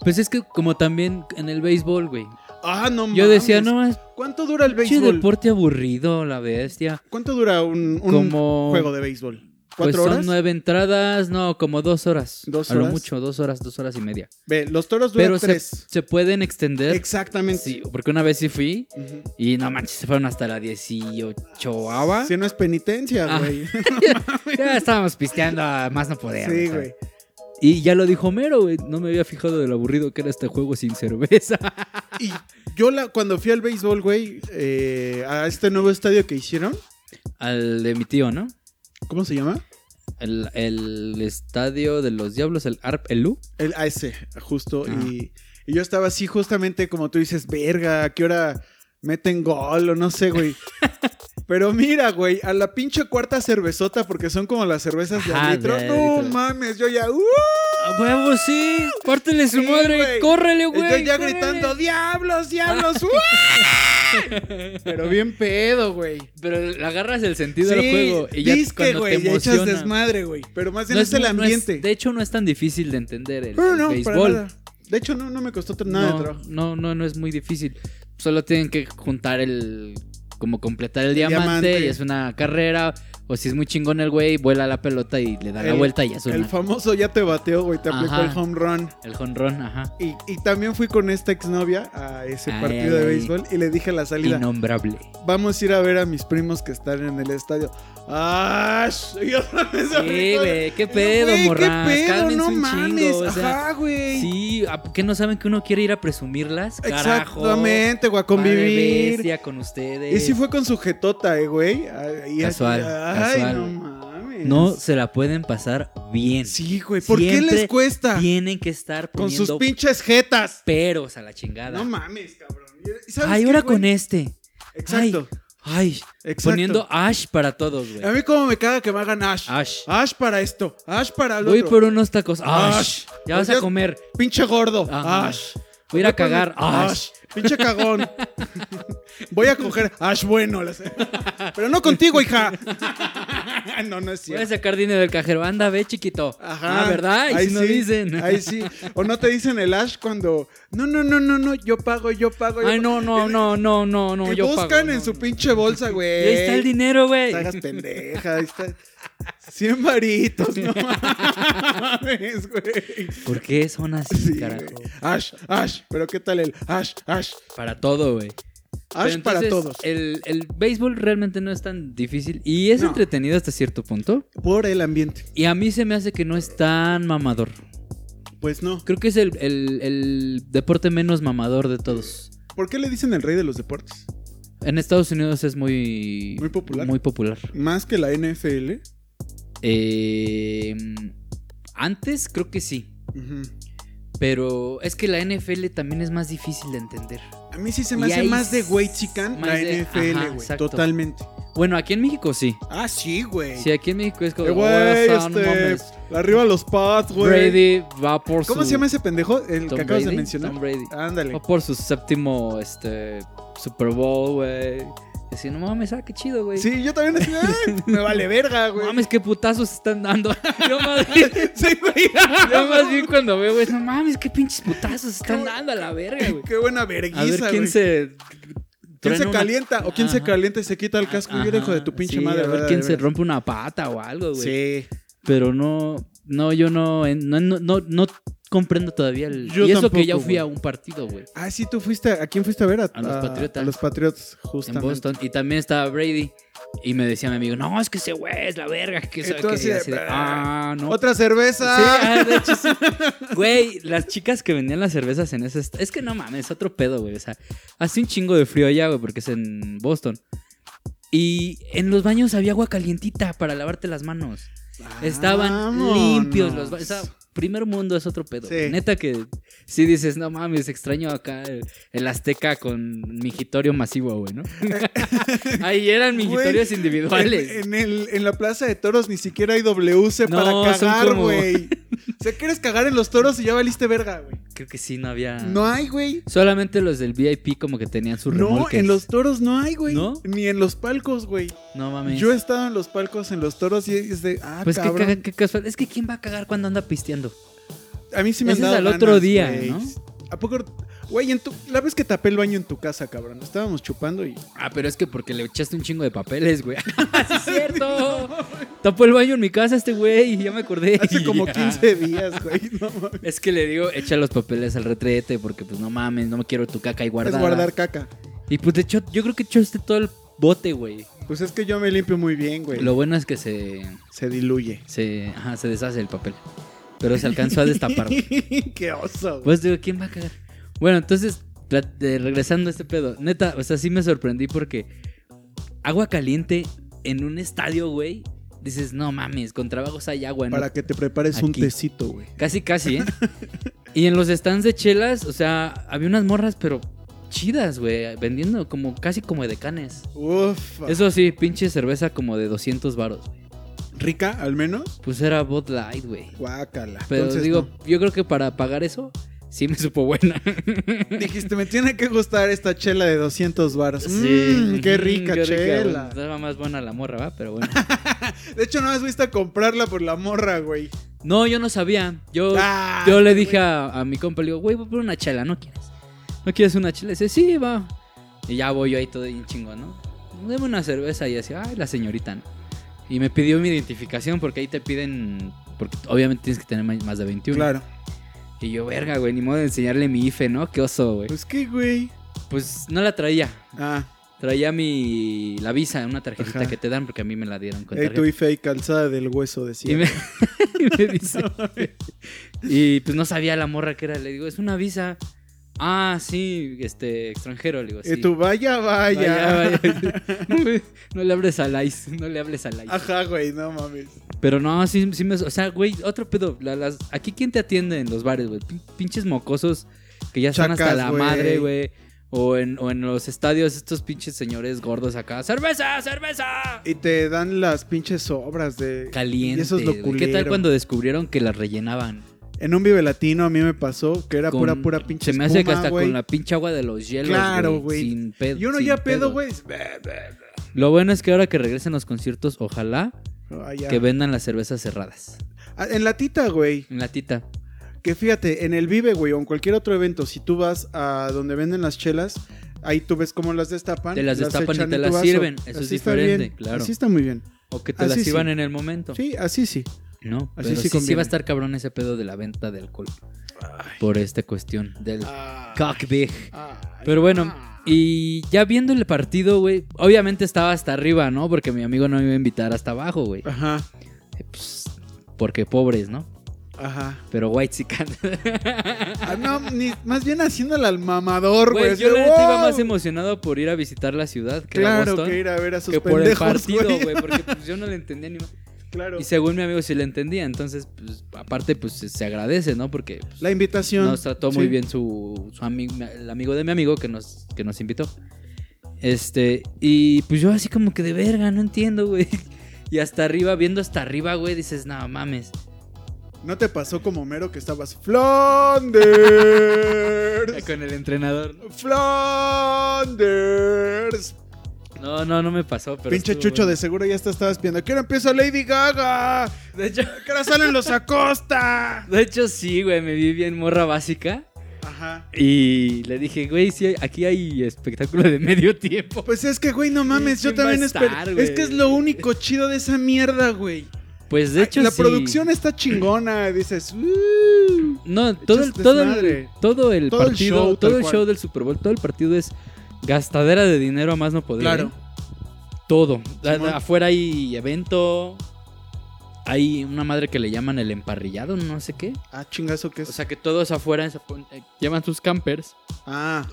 [SPEAKER 1] Pues es que como también en el béisbol, güey.
[SPEAKER 2] ah, no mames.
[SPEAKER 1] Yo decía, no, es
[SPEAKER 2] ¿Cuánto dura el
[SPEAKER 1] pinche
[SPEAKER 2] béisbol?
[SPEAKER 1] deporte aburrido, la bestia.
[SPEAKER 2] ¿Cuánto dura un, un
[SPEAKER 1] Como-
[SPEAKER 2] juego de béisbol?
[SPEAKER 1] Pues
[SPEAKER 2] ¿Cuatro
[SPEAKER 1] son
[SPEAKER 2] horas?
[SPEAKER 1] nueve entradas, no, como dos horas.
[SPEAKER 2] ¿Dos
[SPEAKER 1] a lo
[SPEAKER 2] horas?
[SPEAKER 1] mucho, dos horas, dos horas y media.
[SPEAKER 2] Ve, los toros duran
[SPEAKER 1] Pero se,
[SPEAKER 2] tres.
[SPEAKER 1] se pueden extender.
[SPEAKER 2] Exactamente.
[SPEAKER 1] Sí, porque una vez sí fui
[SPEAKER 2] Ujú.
[SPEAKER 1] y no manches, se fueron hasta la 18 ava.
[SPEAKER 2] Si no es penitencia,
[SPEAKER 1] Ah.
[SPEAKER 2] güey.
[SPEAKER 1] Ya estábamos pisteando, a más no podíamos.
[SPEAKER 2] sí,
[SPEAKER 1] ¿sabes?
[SPEAKER 2] güey.
[SPEAKER 1] Y ya lo dijo Homero, güey. No me había fijado de lo aburrido que era este juego sin cerveza.
[SPEAKER 2] Y yo la, cuando fui al béisbol, güey, eh, a este nuevo estadio que hicieron,
[SPEAKER 1] Al de mi tío, ¿no?
[SPEAKER 2] ¿cómo se llama?
[SPEAKER 1] El, el estadio de los diablos, el ARP, el Lu.
[SPEAKER 2] El a ese, justo.
[SPEAKER 1] Ajá.
[SPEAKER 2] Y, y yo estaba así, justamente como tú dices, verga, ¿a qué hora meten gol? O no sé, güey. Pero mira, güey, a la pinche cuarta cervezota, porque son como las cervezas de
[SPEAKER 1] Ajá,
[SPEAKER 2] a litro.
[SPEAKER 1] de a
[SPEAKER 2] No
[SPEAKER 1] litro.
[SPEAKER 2] mames, yo ya, ¡uh!
[SPEAKER 1] ¡A huevo, sí! ¡Pártele su
[SPEAKER 2] Sí,
[SPEAKER 1] madre!
[SPEAKER 2] güey.
[SPEAKER 1] ¡Córrele,
[SPEAKER 2] Y
[SPEAKER 1] güey! Ah.
[SPEAKER 2] yo ya
[SPEAKER 1] córrele!
[SPEAKER 2] gritando, ¡diablos, diablos! ¡uh! Pero bien pedo, güey.
[SPEAKER 1] Pero le agarras el sentido al juego y ya
[SPEAKER 2] disque,
[SPEAKER 1] cuando
[SPEAKER 2] güey,
[SPEAKER 1] te
[SPEAKER 2] ya echas
[SPEAKER 1] emociona.
[SPEAKER 2] desmadre, güey. Pero más bien
[SPEAKER 1] No
[SPEAKER 2] es, el
[SPEAKER 1] muy- no es-
[SPEAKER 2] ambiente.
[SPEAKER 1] de hecho, no es tan difícil de entender el,
[SPEAKER 2] No,
[SPEAKER 1] el
[SPEAKER 2] no, para
[SPEAKER 1] béisbol.
[SPEAKER 2] nada. De hecho, no, no me costó tra- nada de
[SPEAKER 1] no,
[SPEAKER 2] trabajo.
[SPEAKER 1] no, no, no es muy difícil. Solo tienen que juntar el. Como completar el, diamante,
[SPEAKER 2] diamante.
[SPEAKER 1] y es una carrera. O si es muy chingón el güey, vuela la pelota y le da la
[SPEAKER 2] El-
[SPEAKER 1] vuelta y es una-
[SPEAKER 2] El famoso ya te bateó, güey, te aplicó
[SPEAKER 1] Ajá.
[SPEAKER 2] el home run.
[SPEAKER 1] el jonrón, ajá.
[SPEAKER 2] Y, y también fui con esta exnovia a ese
[SPEAKER 1] Ay,
[SPEAKER 2] partido
[SPEAKER 1] ay,
[SPEAKER 2] de
[SPEAKER 1] ay.
[SPEAKER 2] béisbol y le dije a la salida,
[SPEAKER 1] Innombrable.
[SPEAKER 2] vamos a ir a ver a mis primos que están en el estadio. ¡Ah! Y otra vez se
[SPEAKER 1] Sí,
[SPEAKER 2] brincó.
[SPEAKER 1] güey, qué
[SPEAKER 2] Yo,
[SPEAKER 1] pedo,
[SPEAKER 2] güey,
[SPEAKER 1] morras.
[SPEAKER 2] ¿Qué pedo?
[SPEAKER 1] cálmense
[SPEAKER 2] No
[SPEAKER 1] un
[SPEAKER 2] mames.
[SPEAKER 1] chingo, o sea,
[SPEAKER 2] Ajá, güey.
[SPEAKER 1] Sí, ¿a ¿qué no saben que uno quiere ir a presumirlas? Carajo.
[SPEAKER 2] Exactamente, güey, a
[SPEAKER 1] Madre
[SPEAKER 2] convivir.
[SPEAKER 1] bestia con ustedes.
[SPEAKER 2] Y sí fue con sujetota, eh, güey. Ahí así,
[SPEAKER 1] Casual,
[SPEAKER 2] Ay,
[SPEAKER 1] casual.
[SPEAKER 2] no mames. mames.
[SPEAKER 1] No se la pueden pasar bien.
[SPEAKER 2] Sí, güey. ¿Por qué
[SPEAKER 1] Siempre
[SPEAKER 2] les cuesta?
[SPEAKER 1] Tienen que estar
[SPEAKER 2] Con sus
[SPEAKER 1] poniendo
[SPEAKER 2] pinches jetas.
[SPEAKER 1] peros a la chingada.
[SPEAKER 2] No mames, cabrón. ¿Y sabes
[SPEAKER 1] Ay,
[SPEAKER 2] qué,
[SPEAKER 1] ahora
[SPEAKER 2] güey?
[SPEAKER 1] con este.
[SPEAKER 2] Exacto.
[SPEAKER 1] Ay,
[SPEAKER 2] exacto.
[SPEAKER 1] poniendo Ash para todos,
[SPEAKER 2] A
[SPEAKER 1] güey.
[SPEAKER 2] mí como me caga que me hagan Ash. Ash,
[SPEAKER 1] Ash.
[SPEAKER 2] para esto. Ash para lo
[SPEAKER 1] Voy
[SPEAKER 2] otro.
[SPEAKER 1] por unos tacos. Ash.
[SPEAKER 2] Ash.
[SPEAKER 1] Ya vas
[SPEAKER 2] Pues
[SPEAKER 1] a
[SPEAKER 2] ya-
[SPEAKER 1] comer.
[SPEAKER 2] Pinche gordo.
[SPEAKER 1] Ajá.
[SPEAKER 2] Ash.
[SPEAKER 1] Voy a ir a cagar. Ash.
[SPEAKER 2] Ash. Pinche cagón. Voy a coger Ash bueno. la sé. Pero no contigo, hija. no, no es
[SPEAKER 1] Voy a
[SPEAKER 2] cierto.
[SPEAKER 1] sacar dinero del cajero. Anda, ve, chiquito. Pues, Ah, ¿verdad? Y si no dicen.
[SPEAKER 2] Ahí sí. O no te dicen el Ash cuando. No, no, no, no, no. Yo pago, yo pago. yo
[SPEAKER 1] Ay, no,
[SPEAKER 2] pago".
[SPEAKER 1] no, no, no, no, no.
[SPEAKER 2] que
[SPEAKER 1] yo
[SPEAKER 2] buscan
[SPEAKER 1] pago,
[SPEAKER 2] en
[SPEAKER 1] no,
[SPEAKER 2] su
[SPEAKER 1] no.
[SPEAKER 2] pinche bolsa, güey.
[SPEAKER 1] Y ahí está el dinero, güey.
[SPEAKER 2] No te hagas pendeja. Ahí está. 100 varitos, no mames, güey.
[SPEAKER 1] ¿Por qué son así,
[SPEAKER 2] Sí,
[SPEAKER 1] carajo?
[SPEAKER 2] güey. Ash, Ash. Pero qué tal el Ash, Ash.
[SPEAKER 1] Para todo, güey.
[SPEAKER 2] Ash
[SPEAKER 1] Pero
[SPEAKER 2] para
[SPEAKER 1] entonces,
[SPEAKER 2] todos.
[SPEAKER 1] El, el béisbol realmente no es tan difícil y es
[SPEAKER 2] No.
[SPEAKER 1] entretenido hasta cierto punto.
[SPEAKER 2] Por el ambiente.
[SPEAKER 1] Y a mí se me hace que no es tan mamador.
[SPEAKER 2] Pues no.
[SPEAKER 1] Creo que es el, el- el deporte menos mamador de todos.
[SPEAKER 2] ¿Por qué le dicen el rey de los deportes?
[SPEAKER 1] En Estados Unidos es muy...
[SPEAKER 2] Muy popular.
[SPEAKER 1] Muy popular.
[SPEAKER 2] Más que la NFL.
[SPEAKER 1] Eh, antes creo que sí.
[SPEAKER 2] Ujú.
[SPEAKER 1] Pero es que la NFL también es más difícil de entender.
[SPEAKER 2] A mí sí se me
[SPEAKER 1] Y
[SPEAKER 2] hace
[SPEAKER 1] ahí
[SPEAKER 2] más de
[SPEAKER 1] s-
[SPEAKER 2] güey chican
[SPEAKER 1] más
[SPEAKER 2] la
[SPEAKER 1] de- ajá,
[SPEAKER 2] NFL, güey.
[SPEAKER 1] exacto.
[SPEAKER 2] Totalmente.
[SPEAKER 1] Bueno, aquí en México sí.
[SPEAKER 2] Ah, sí, güey.
[SPEAKER 1] Sí, aquí en México es como...
[SPEAKER 2] Eh,
[SPEAKER 1] "Oh,
[SPEAKER 2] güey,
[SPEAKER 1] son
[SPEAKER 2] este,
[SPEAKER 1] mames".
[SPEAKER 2] arriba los pads, güey.
[SPEAKER 1] Brady va por su...
[SPEAKER 2] ¿Cómo se llama ese pendejo? El
[SPEAKER 1] Tom
[SPEAKER 2] que acabas
[SPEAKER 1] Brady,
[SPEAKER 2] de mencionar. Ah,
[SPEAKER 1] Tom Brady.
[SPEAKER 2] Ándale.
[SPEAKER 1] Va por su séptimo este, Super Bowl, güey. Y Así, no mames, ah, qué chido, güey.
[SPEAKER 2] Sí, yo también decía, "Ay, me vale verga,
[SPEAKER 1] No
[SPEAKER 2] güey.
[SPEAKER 1] mames, qué putazos están dando. Yo más bien,
[SPEAKER 2] Sí, güey.
[SPEAKER 1] yo más bien cuando veo, güey, no mames, qué pinches putazos están
[SPEAKER 2] Qué-
[SPEAKER 1] dando a la verga, güey.
[SPEAKER 2] Qué buena
[SPEAKER 1] A ver
[SPEAKER 2] verguiza,
[SPEAKER 1] quién
[SPEAKER 2] güey.
[SPEAKER 1] se.
[SPEAKER 2] ¿Quién
[SPEAKER 1] truena
[SPEAKER 2] se
[SPEAKER 1] una-
[SPEAKER 2] calienta? ¿O quién se
[SPEAKER 1] Ajá.
[SPEAKER 2] calienta y se quita el casco? Mira, hijo de tu
[SPEAKER 1] Ajá,
[SPEAKER 2] pinche
[SPEAKER 1] sí,
[SPEAKER 2] madre.
[SPEAKER 1] A ver
[SPEAKER 2] ¿verdad?
[SPEAKER 1] quién
[SPEAKER 2] De
[SPEAKER 1] se
[SPEAKER 2] verdad.
[SPEAKER 1] rompe una pata o algo, güey.
[SPEAKER 2] Sí.
[SPEAKER 1] Pero no, no, yo no, en- no, no, no, no comprendo todavía el.
[SPEAKER 2] Yo
[SPEAKER 1] y eso que
[SPEAKER 2] tampoco,
[SPEAKER 1] ya fui
[SPEAKER 2] güey.
[SPEAKER 1] a un partido, güey.
[SPEAKER 2] Ah, sí, tú fuiste. ¿A quién fuiste a ver?
[SPEAKER 1] A los Patriotas.
[SPEAKER 2] A los Patriotas,
[SPEAKER 1] en
[SPEAKER 2] justamente.
[SPEAKER 1] Boston y también estaba Brady y me decía mi amigo, no, es que ese güey es la verga, que sabe
[SPEAKER 2] Entonces, eh,
[SPEAKER 1] qué", y así de, ah, no.
[SPEAKER 2] Otra
[SPEAKER 1] Sí,
[SPEAKER 2] cerveza.
[SPEAKER 1] ah, de hecho, sí. Güey, las chicas que vendían las cervezas en ese... est- Es que no mames, otro pedo, güey. O sea, hace un chingo de frío allá, güey, porque es en Boston. Y en los baños había agua calientita para lavarte las manos. ah,
[SPEAKER 2] Ah,
[SPEAKER 1] Estaban
[SPEAKER 2] Vámonos.
[SPEAKER 1] limpios los baños. O sea, primer mundo es otro pedo.
[SPEAKER 2] Sí.
[SPEAKER 1] güey. Neta que si dices, no mames, extraño acá el, el Azteca con mingitorio masivo, güey, ¿no? Ahí eran mingitorios
[SPEAKER 2] Güey,
[SPEAKER 1] individuales.
[SPEAKER 2] En, en el, en la plaza de toros ni siquiera hay WC
[SPEAKER 1] No,
[SPEAKER 2] para
[SPEAKER 1] son
[SPEAKER 2] cagar,
[SPEAKER 1] como-
[SPEAKER 2] güey. O sea, quieres cagar en los toros y ya valiste verga, güey.
[SPEAKER 1] Creo que sí, no había...
[SPEAKER 2] No hay, güey.
[SPEAKER 1] Solamente los del VIP como que tenían su
[SPEAKER 2] No,
[SPEAKER 1] remolque.
[SPEAKER 2] en los toros no hay, güey.
[SPEAKER 1] ¿No?
[SPEAKER 2] Ni en los palcos, güey.
[SPEAKER 1] No mames.
[SPEAKER 2] Yo he estado en los palcos, en los toros y es de. Ah,
[SPEAKER 1] pues qué,
[SPEAKER 2] cabrón.
[SPEAKER 1] caga- qué casual. Es que quién va a cagar cuando anda pisteando.
[SPEAKER 2] A mí sí me han
[SPEAKER 1] Ese es
[SPEAKER 2] dado
[SPEAKER 1] al otro
[SPEAKER 2] ganas,
[SPEAKER 1] día,
[SPEAKER 2] güey.
[SPEAKER 1] ¿no?
[SPEAKER 2] ¿A poco? Güey, en tu- la vez que tapé el baño en tu casa, cabrón. Estábamos chupando y.
[SPEAKER 1] Ah, pero es que porque le echaste un chingo de papeles, güey. ¡Sí es cierto! Tapó el baño en mi casa este güey y ya me acordé.
[SPEAKER 2] Hace
[SPEAKER 1] Y
[SPEAKER 2] como
[SPEAKER 1] ya.
[SPEAKER 2] 15 días, güey. No mames.
[SPEAKER 1] Es que le digo, echa los papeles al retrete porque pues no mames, no quiero tu caca y guardar.
[SPEAKER 2] Es guardar caca.
[SPEAKER 1] Y pues de hecho, yo creo que echaste todo el bote, güey.
[SPEAKER 2] Pues es que yo me limpio muy bien, güey.
[SPEAKER 1] Lo bueno es que se,
[SPEAKER 2] Se diluye.
[SPEAKER 1] se, ajá, se deshace el papel. Pero se alcanzó a destapar. güey.
[SPEAKER 2] Qué oso, güey.
[SPEAKER 1] Pues digo, ¿quién va a cagar? Bueno, entonces, plat- eh, regresando a este pedo, neta, o sea, sí me sorprendí porque agua caliente en un estadio, güey, dices, no mames, con trabajos hay agua, ¿no?
[SPEAKER 2] Para que te prepares un
[SPEAKER 1] Aquí.
[SPEAKER 2] tecito, güey.
[SPEAKER 1] Casi, casi, ¿eh? y en los stands de chelas, o sea, había unas morras, pero chidas, güey, vendiendo como casi como de canes.
[SPEAKER 2] Uf.
[SPEAKER 1] Eso sí, pinche cerveza como de 200 varos. güey.
[SPEAKER 2] rica, al menos.
[SPEAKER 1] Pues era Bud Light, güey.
[SPEAKER 2] Guácala.
[SPEAKER 1] Pero
[SPEAKER 2] Entonces,
[SPEAKER 1] digo, yo creo que para pagar eso, sí me supo buena.
[SPEAKER 2] no. Dijiste, me tiene que gustar esta chela de 200 baros.
[SPEAKER 1] Sí. Mm,
[SPEAKER 2] qué rica chela.
[SPEAKER 1] Pues, Estaba más buena la morra, ¿va? Pero bueno.
[SPEAKER 2] de hecho, no has visto a comprarla por la morra, güey.
[SPEAKER 1] No, yo no sabía. Yo,
[SPEAKER 2] Ah,
[SPEAKER 1] yo le
[SPEAKER 2] qué
[SPEAKER 1] dije a, a mi compa, le digo, güey, voy por una chela, ¿no quieres? ¿No quieres una chela? Dice, sí, va. Y ya voy yo ahí todo bien chingón, ¿no? Deme una cerveza y así, ay, la señorita, ¿no? Y me pidió mi identificación porque ahí te piden, porque obviamente tienes que tener ma- más de 21.
[SPEAKER 2] Claro.
[SPEAKER 1] Y yo, verga, güey, ni modo de enseñarle mi IFE, ¿no? Qué oso, güey.
[SPEAKER 2] Pues qué, güey.
[SPEAKER 1] Pues no la traía.
[SPEAKER 2] Ah,
[SPEAKER 1] Traía mi, la visa, una tarjetita
[SPEAKER 2] Ajá.
[SPEAKER 1] que te dan porque a mí me la dieron con
[SPEAKER 2] eh,
[SPEAKER 1] tarjeta.
[SPEAKER 2] tu IFE ahí calzada del hueso, decía.
[SPEAKER 1] Y me, y me dice. y pues no sabía la morra que era. Le digo, es una visa. Ah, sí, este, extranjero. Le digo, sí.
[SPEAKER 2] Eh, tu vaya, vaya.
[SPEAKER 1] Vaya, vaya. No le hables al ICE. No le hables al ICE.
[SPEAKER 2] Ajá, güey, no mames.
[SPEAKER 1] Pero no, sí, sí me. O sea, güey, otro pedo. la- las- aquí, ¿quién te atiende en los bares, güey? Pin- Pinches mocosos que ya están hasta
[SPEAKER 2] Chacas,
[SPEAKER 1] la
[SPEAKER 2] güey.
[SPEAKER 1] madre, güey. O en, o en los estadios, estos pinches señores gordos acá. ¡Cerveza, cerveza!
[SPEAKER 2] Y te dan las pinches sobras de.
[SPEAKER 1] Caliente.
[SPEAKER 2] Y eso es lo
[SPEAKER 1] güey. ¿Qué tal
[SPEAKER 2] culero.
[SPEAKER 1] cuando descubrieron que las rellenaban?
[SPEAKER 2] En un Vive Latino a mí me pasó que era
[SPEAKER 1] Con-
[SPEAKER 2] pura, pura pinche
[SPEAKER 1] Se me hace que
[SPEAKER 2] espuma,
[SPEAKER 1] hasta
[SPEAKER 2] güey.
[SPEAKER 1] con la pinche agua de los hielos.
[SPEAKER 2] Claro, güey.
[SPEAKER 1] Sin pedo.
[SPEAKER 2] Y uno
[SPEAKER 1] sin
[SPEAKER 2] ya pedo, güey. es- bleh, bleh,
[SPEAKER 1] Lo bueno es que ahora que regresen los conciertos, ojalá
[SPEAKER 2] bleh. Ah, ya.
[SPEAKER 1] que vendan las cervezas cerradas.
[SPEAKER 2] Ah, En latita, güey.
[SPEAKER 1] En latita.
[SPEAKER 2] Que fíjate, en el Vive, güey, o en cualquier otro evento, si tú vas a donde venden las chelas, ahí tú ves cómo las destapan.
[SPEAKER 1] Te las destapan y
[SPEAKER 2] echan
[SPEAKER 1] te
[SPEAKER 2] en tu
[SPEAKER 1] las
[SPEAKER 2] vaso.
[SPEAKER 1] sirven. Eso es
[SPEAKER 2] está
[SPEAKER 1] diferente,
[SPEAKER 2] bien,
[SPEAKER 1] claro.
[SPEAKER 2] Así está muy bien.
[SPEAKER 1] O que te
[SPEAKER 2] Así
[SPEAKER 1] las
[SPEAKER 2] sí.
[SPEAKER 1] iban en el momento.
[SPEAKER 2] Sí, así sí.
[SPEAKER 1] No, pero
[SPEAKER 2] Así sí
[SPEAKER 1] sí, sí,
[SPEAKER 2] conviene.
[SPEAKER 1] va a estar cabrón ese pedo de la venta de alcohol. Por esta cuestión del
[SPEAKER 2] Ah,
[SPEAKER 1] cock big.
[SPEAKER 2] ah,
[SPEAKER 1] Pero bueno,
[SPEAKER 2] ah.
[SPEAKER 1] y ya viendo el partido, güey, obviamente estaba hasta arriba, ¿no? Porque mi amigo no me iba a invitar hasta abajo, güey.
[SPEAKER 2] Ajá,
[SPEAKER 1] Eh, pues, porque pobres, ¿no?
[SPEAKER 2] ajá.
[SPEAKER 1] Pero white sican.
[SPEAKER 2] Ah, no, ni- más bien haciéndole al mamador, güey.
[SPEAKER 1] Güey,
[SPEAKER 2] así
[SPEAKER 1] yo
[SPEAKER 2] de,
[SPEAKER 1] la neta iba
[SPEAKER 2] pues, "Wow".
[SPEAKER 1] más emocionado por ir a visitar la ciudad que a
[SPEAKER 2] Claro
[SPEAKER 1] Boston
[SPEAKER 2] que ir a ver a sus
[SPEAKER 1] que por el
[SPEAKER 2] pendejos,
[SPEAKER 1] partido,
[SPEAKER 2] güey.
[SPEAKER 1] güey, porque pues, yo no le entendía ni más.
[SPEAKER 2] Claro.
[SPEAKER 1] Y según mi amigo sí le entendía, entonces, pues, aparte, pues se- se agradece, ¿no? Porque pues,
[SPEAKER 2] La invitación.
[SPEAKER 1] Nos trató muy
[SPEAKER 2] Sí.
[SPEAKER 1] bien su, su ami- el amigo de mi amigo que nos, que nos invitó. Este, y pues yo así como que de verga, no entiendo, güey. Y hasta arriba, viendo hasta arriba, güey, dices, no mames.
[SPEAKER 2] ¿No te pasó como Homero que estabas Flanders?
[SPEAKER 1] Con el entrenador.
[SPEAKER 2] Flanders.
[SPEAKER 1] No, no, no me pasó, pero.
[SPEAKER 2] Pinche
[SPEAKER 1] estuvo
[SPEAKER 2] chucho,
[SPEAKER 1] bueno.
[SPEAKER 2] de seguro ya te estabas viendo. ¿Qué hora empieza Lady Gaga?
[SPEAKER 1] De hecho,
[SPEAKER 2] ¿Qué hora salen los Acosta?
[SPEAKER 1] de hecho, sí, güey, me vi bien morra básica.
[SPEAKER 2] Ajá.
[SPEAKER 1] Y le dije, güey, sí, aquí hay espectáculo de medio tiempo.
[SPEAKER 2] Pues es que, güey, no mames, yo
[SPEAKER 1] ¿Quién va a
[SPEAKER 2] también
[SPEAKER 1] estar,
[SPEAKER 2] espero.
[SPEAKER 1] güey?
[SPEAKER 2] Es que es lo único chido de esa mierda, güey.
[SPEAKER 1] Pues de hecho,
[SPEAKER 2] Ah, La
[SPEAKER 1] sí.
[SPEAKER 2] producción está chingona, dices. "Uh".
[SPEAKER 1] No, todo el,
[SPEAKER 2] Echas
[SPEAKER 1] todo el,
[SPEAKER 2] desmadre.
[SPEAKER 1] todo el
[SPEAKER 2] Todo el
[SPEAKER 1] partido,
[SPEAKER 2] show,
[SPEAKER 1] todo
[SPEAKER 2] tal
[SPEAKER 1] el
[SPEAKER 2] cual.
[SPEAKER 1] show del Super Bowl, todo el partido es gastadera de dinero a más no poder.
[SPEAKER 2] Claro.
[SPEAKER 1] ¿eh? Todo. A-
[SPEAKER 2] Simón.
[SPEAKER 1] Afuera hay evento. Hay una madre que le llaman el emparrillado, no sé qué.
[SPEAKER 2] Ah, chingazo que
[SPEAKER 1] O
[SPEAKER 2] es.
[SPEAKER 1] sea que todos afuera se pon- eh, llevan sus campers
[SPEAKER 2] Ah,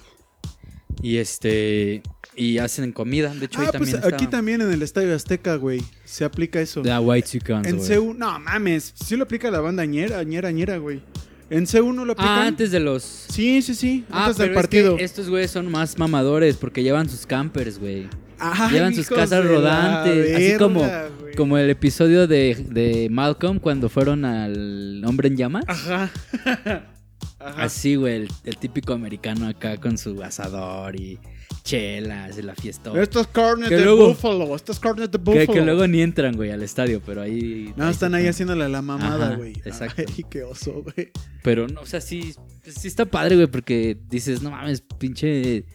[SPEAKER 1] y este y hacen comida. De hecho, ahí
[SPEAKER 2] Ah, pues
[SPEAKER 1] también
[SPEAKER 2] aquí también en el Estadio Azteca, güey. Se aplica eso.
[SPEAKER 1] La White Chickens,
[SPEAKER 2] En
[SPEAKER 1] güey.
[SPEAKER 2] C1, no mames, sí lo aplica la banda ñera, ñera, ñera, güey. En C1 lo aplican.
[SPEAKER 1] Ah, antes de los.
[SPEAKER 2] Sí, sí, sí,
[SPEAKER 1] Ah,
[SPEAKER 2] antes
[SPEAKER 1] pero es
[SPEAKER 2] del
[SPEAKER 1] que
[SPEAKER 2] partido.
[SPEAKER 1] estos güeyes son más mamadores porque llevan sus campers, güey.
[SPEAKER 2] Ay,
[SPEAKER 1] llevan sus
[SPEAKER 2] hijos
[SPEAKER 1] casas
[SPEAKER 2] de la
[SPEAKER 1] rodantes, así
[SPEAKER 2] verga,
[SPEAKER 1] como-
[SPEAKER 2] güey.
[SPEAKER 1] Como el episodio de, de Malcolm cuando fueron al hombre en llamas.
[SPEAKER 2] Ajá. Ajá.
[SPEAKER 1] Así, güey, el, el típico americano acá con su asador y chelas y la fiesta.
[SPEAKER 2] Estos carnes
[SPEAKER 1] Que
[SPEAKER 2] de
[SPEAKER 1] luego-
[SPEAKER 2] Buffalo, estos carnes de
[SPEAKER 1] Que,
[SPEAKER 2] Buffalo.
[SPEAKER 1] que luego ni entran, güey, al estadio, pero ahí...
[SPEAKER 2] No, están ahí
[SPEAKER 1] se-
[SPEAKER 2] haciéndole a la mamada,
[SPEAKER 1] Ajá,
[SPEAKER 2] güey.
[SPEAKER 1] exacto.
[SPEAKER 2] Ay, qué oso, güey.
[SPEAKER 1] Pero, no, o sea, sí, sí está padre, güey, porque dices, no mames, pinche...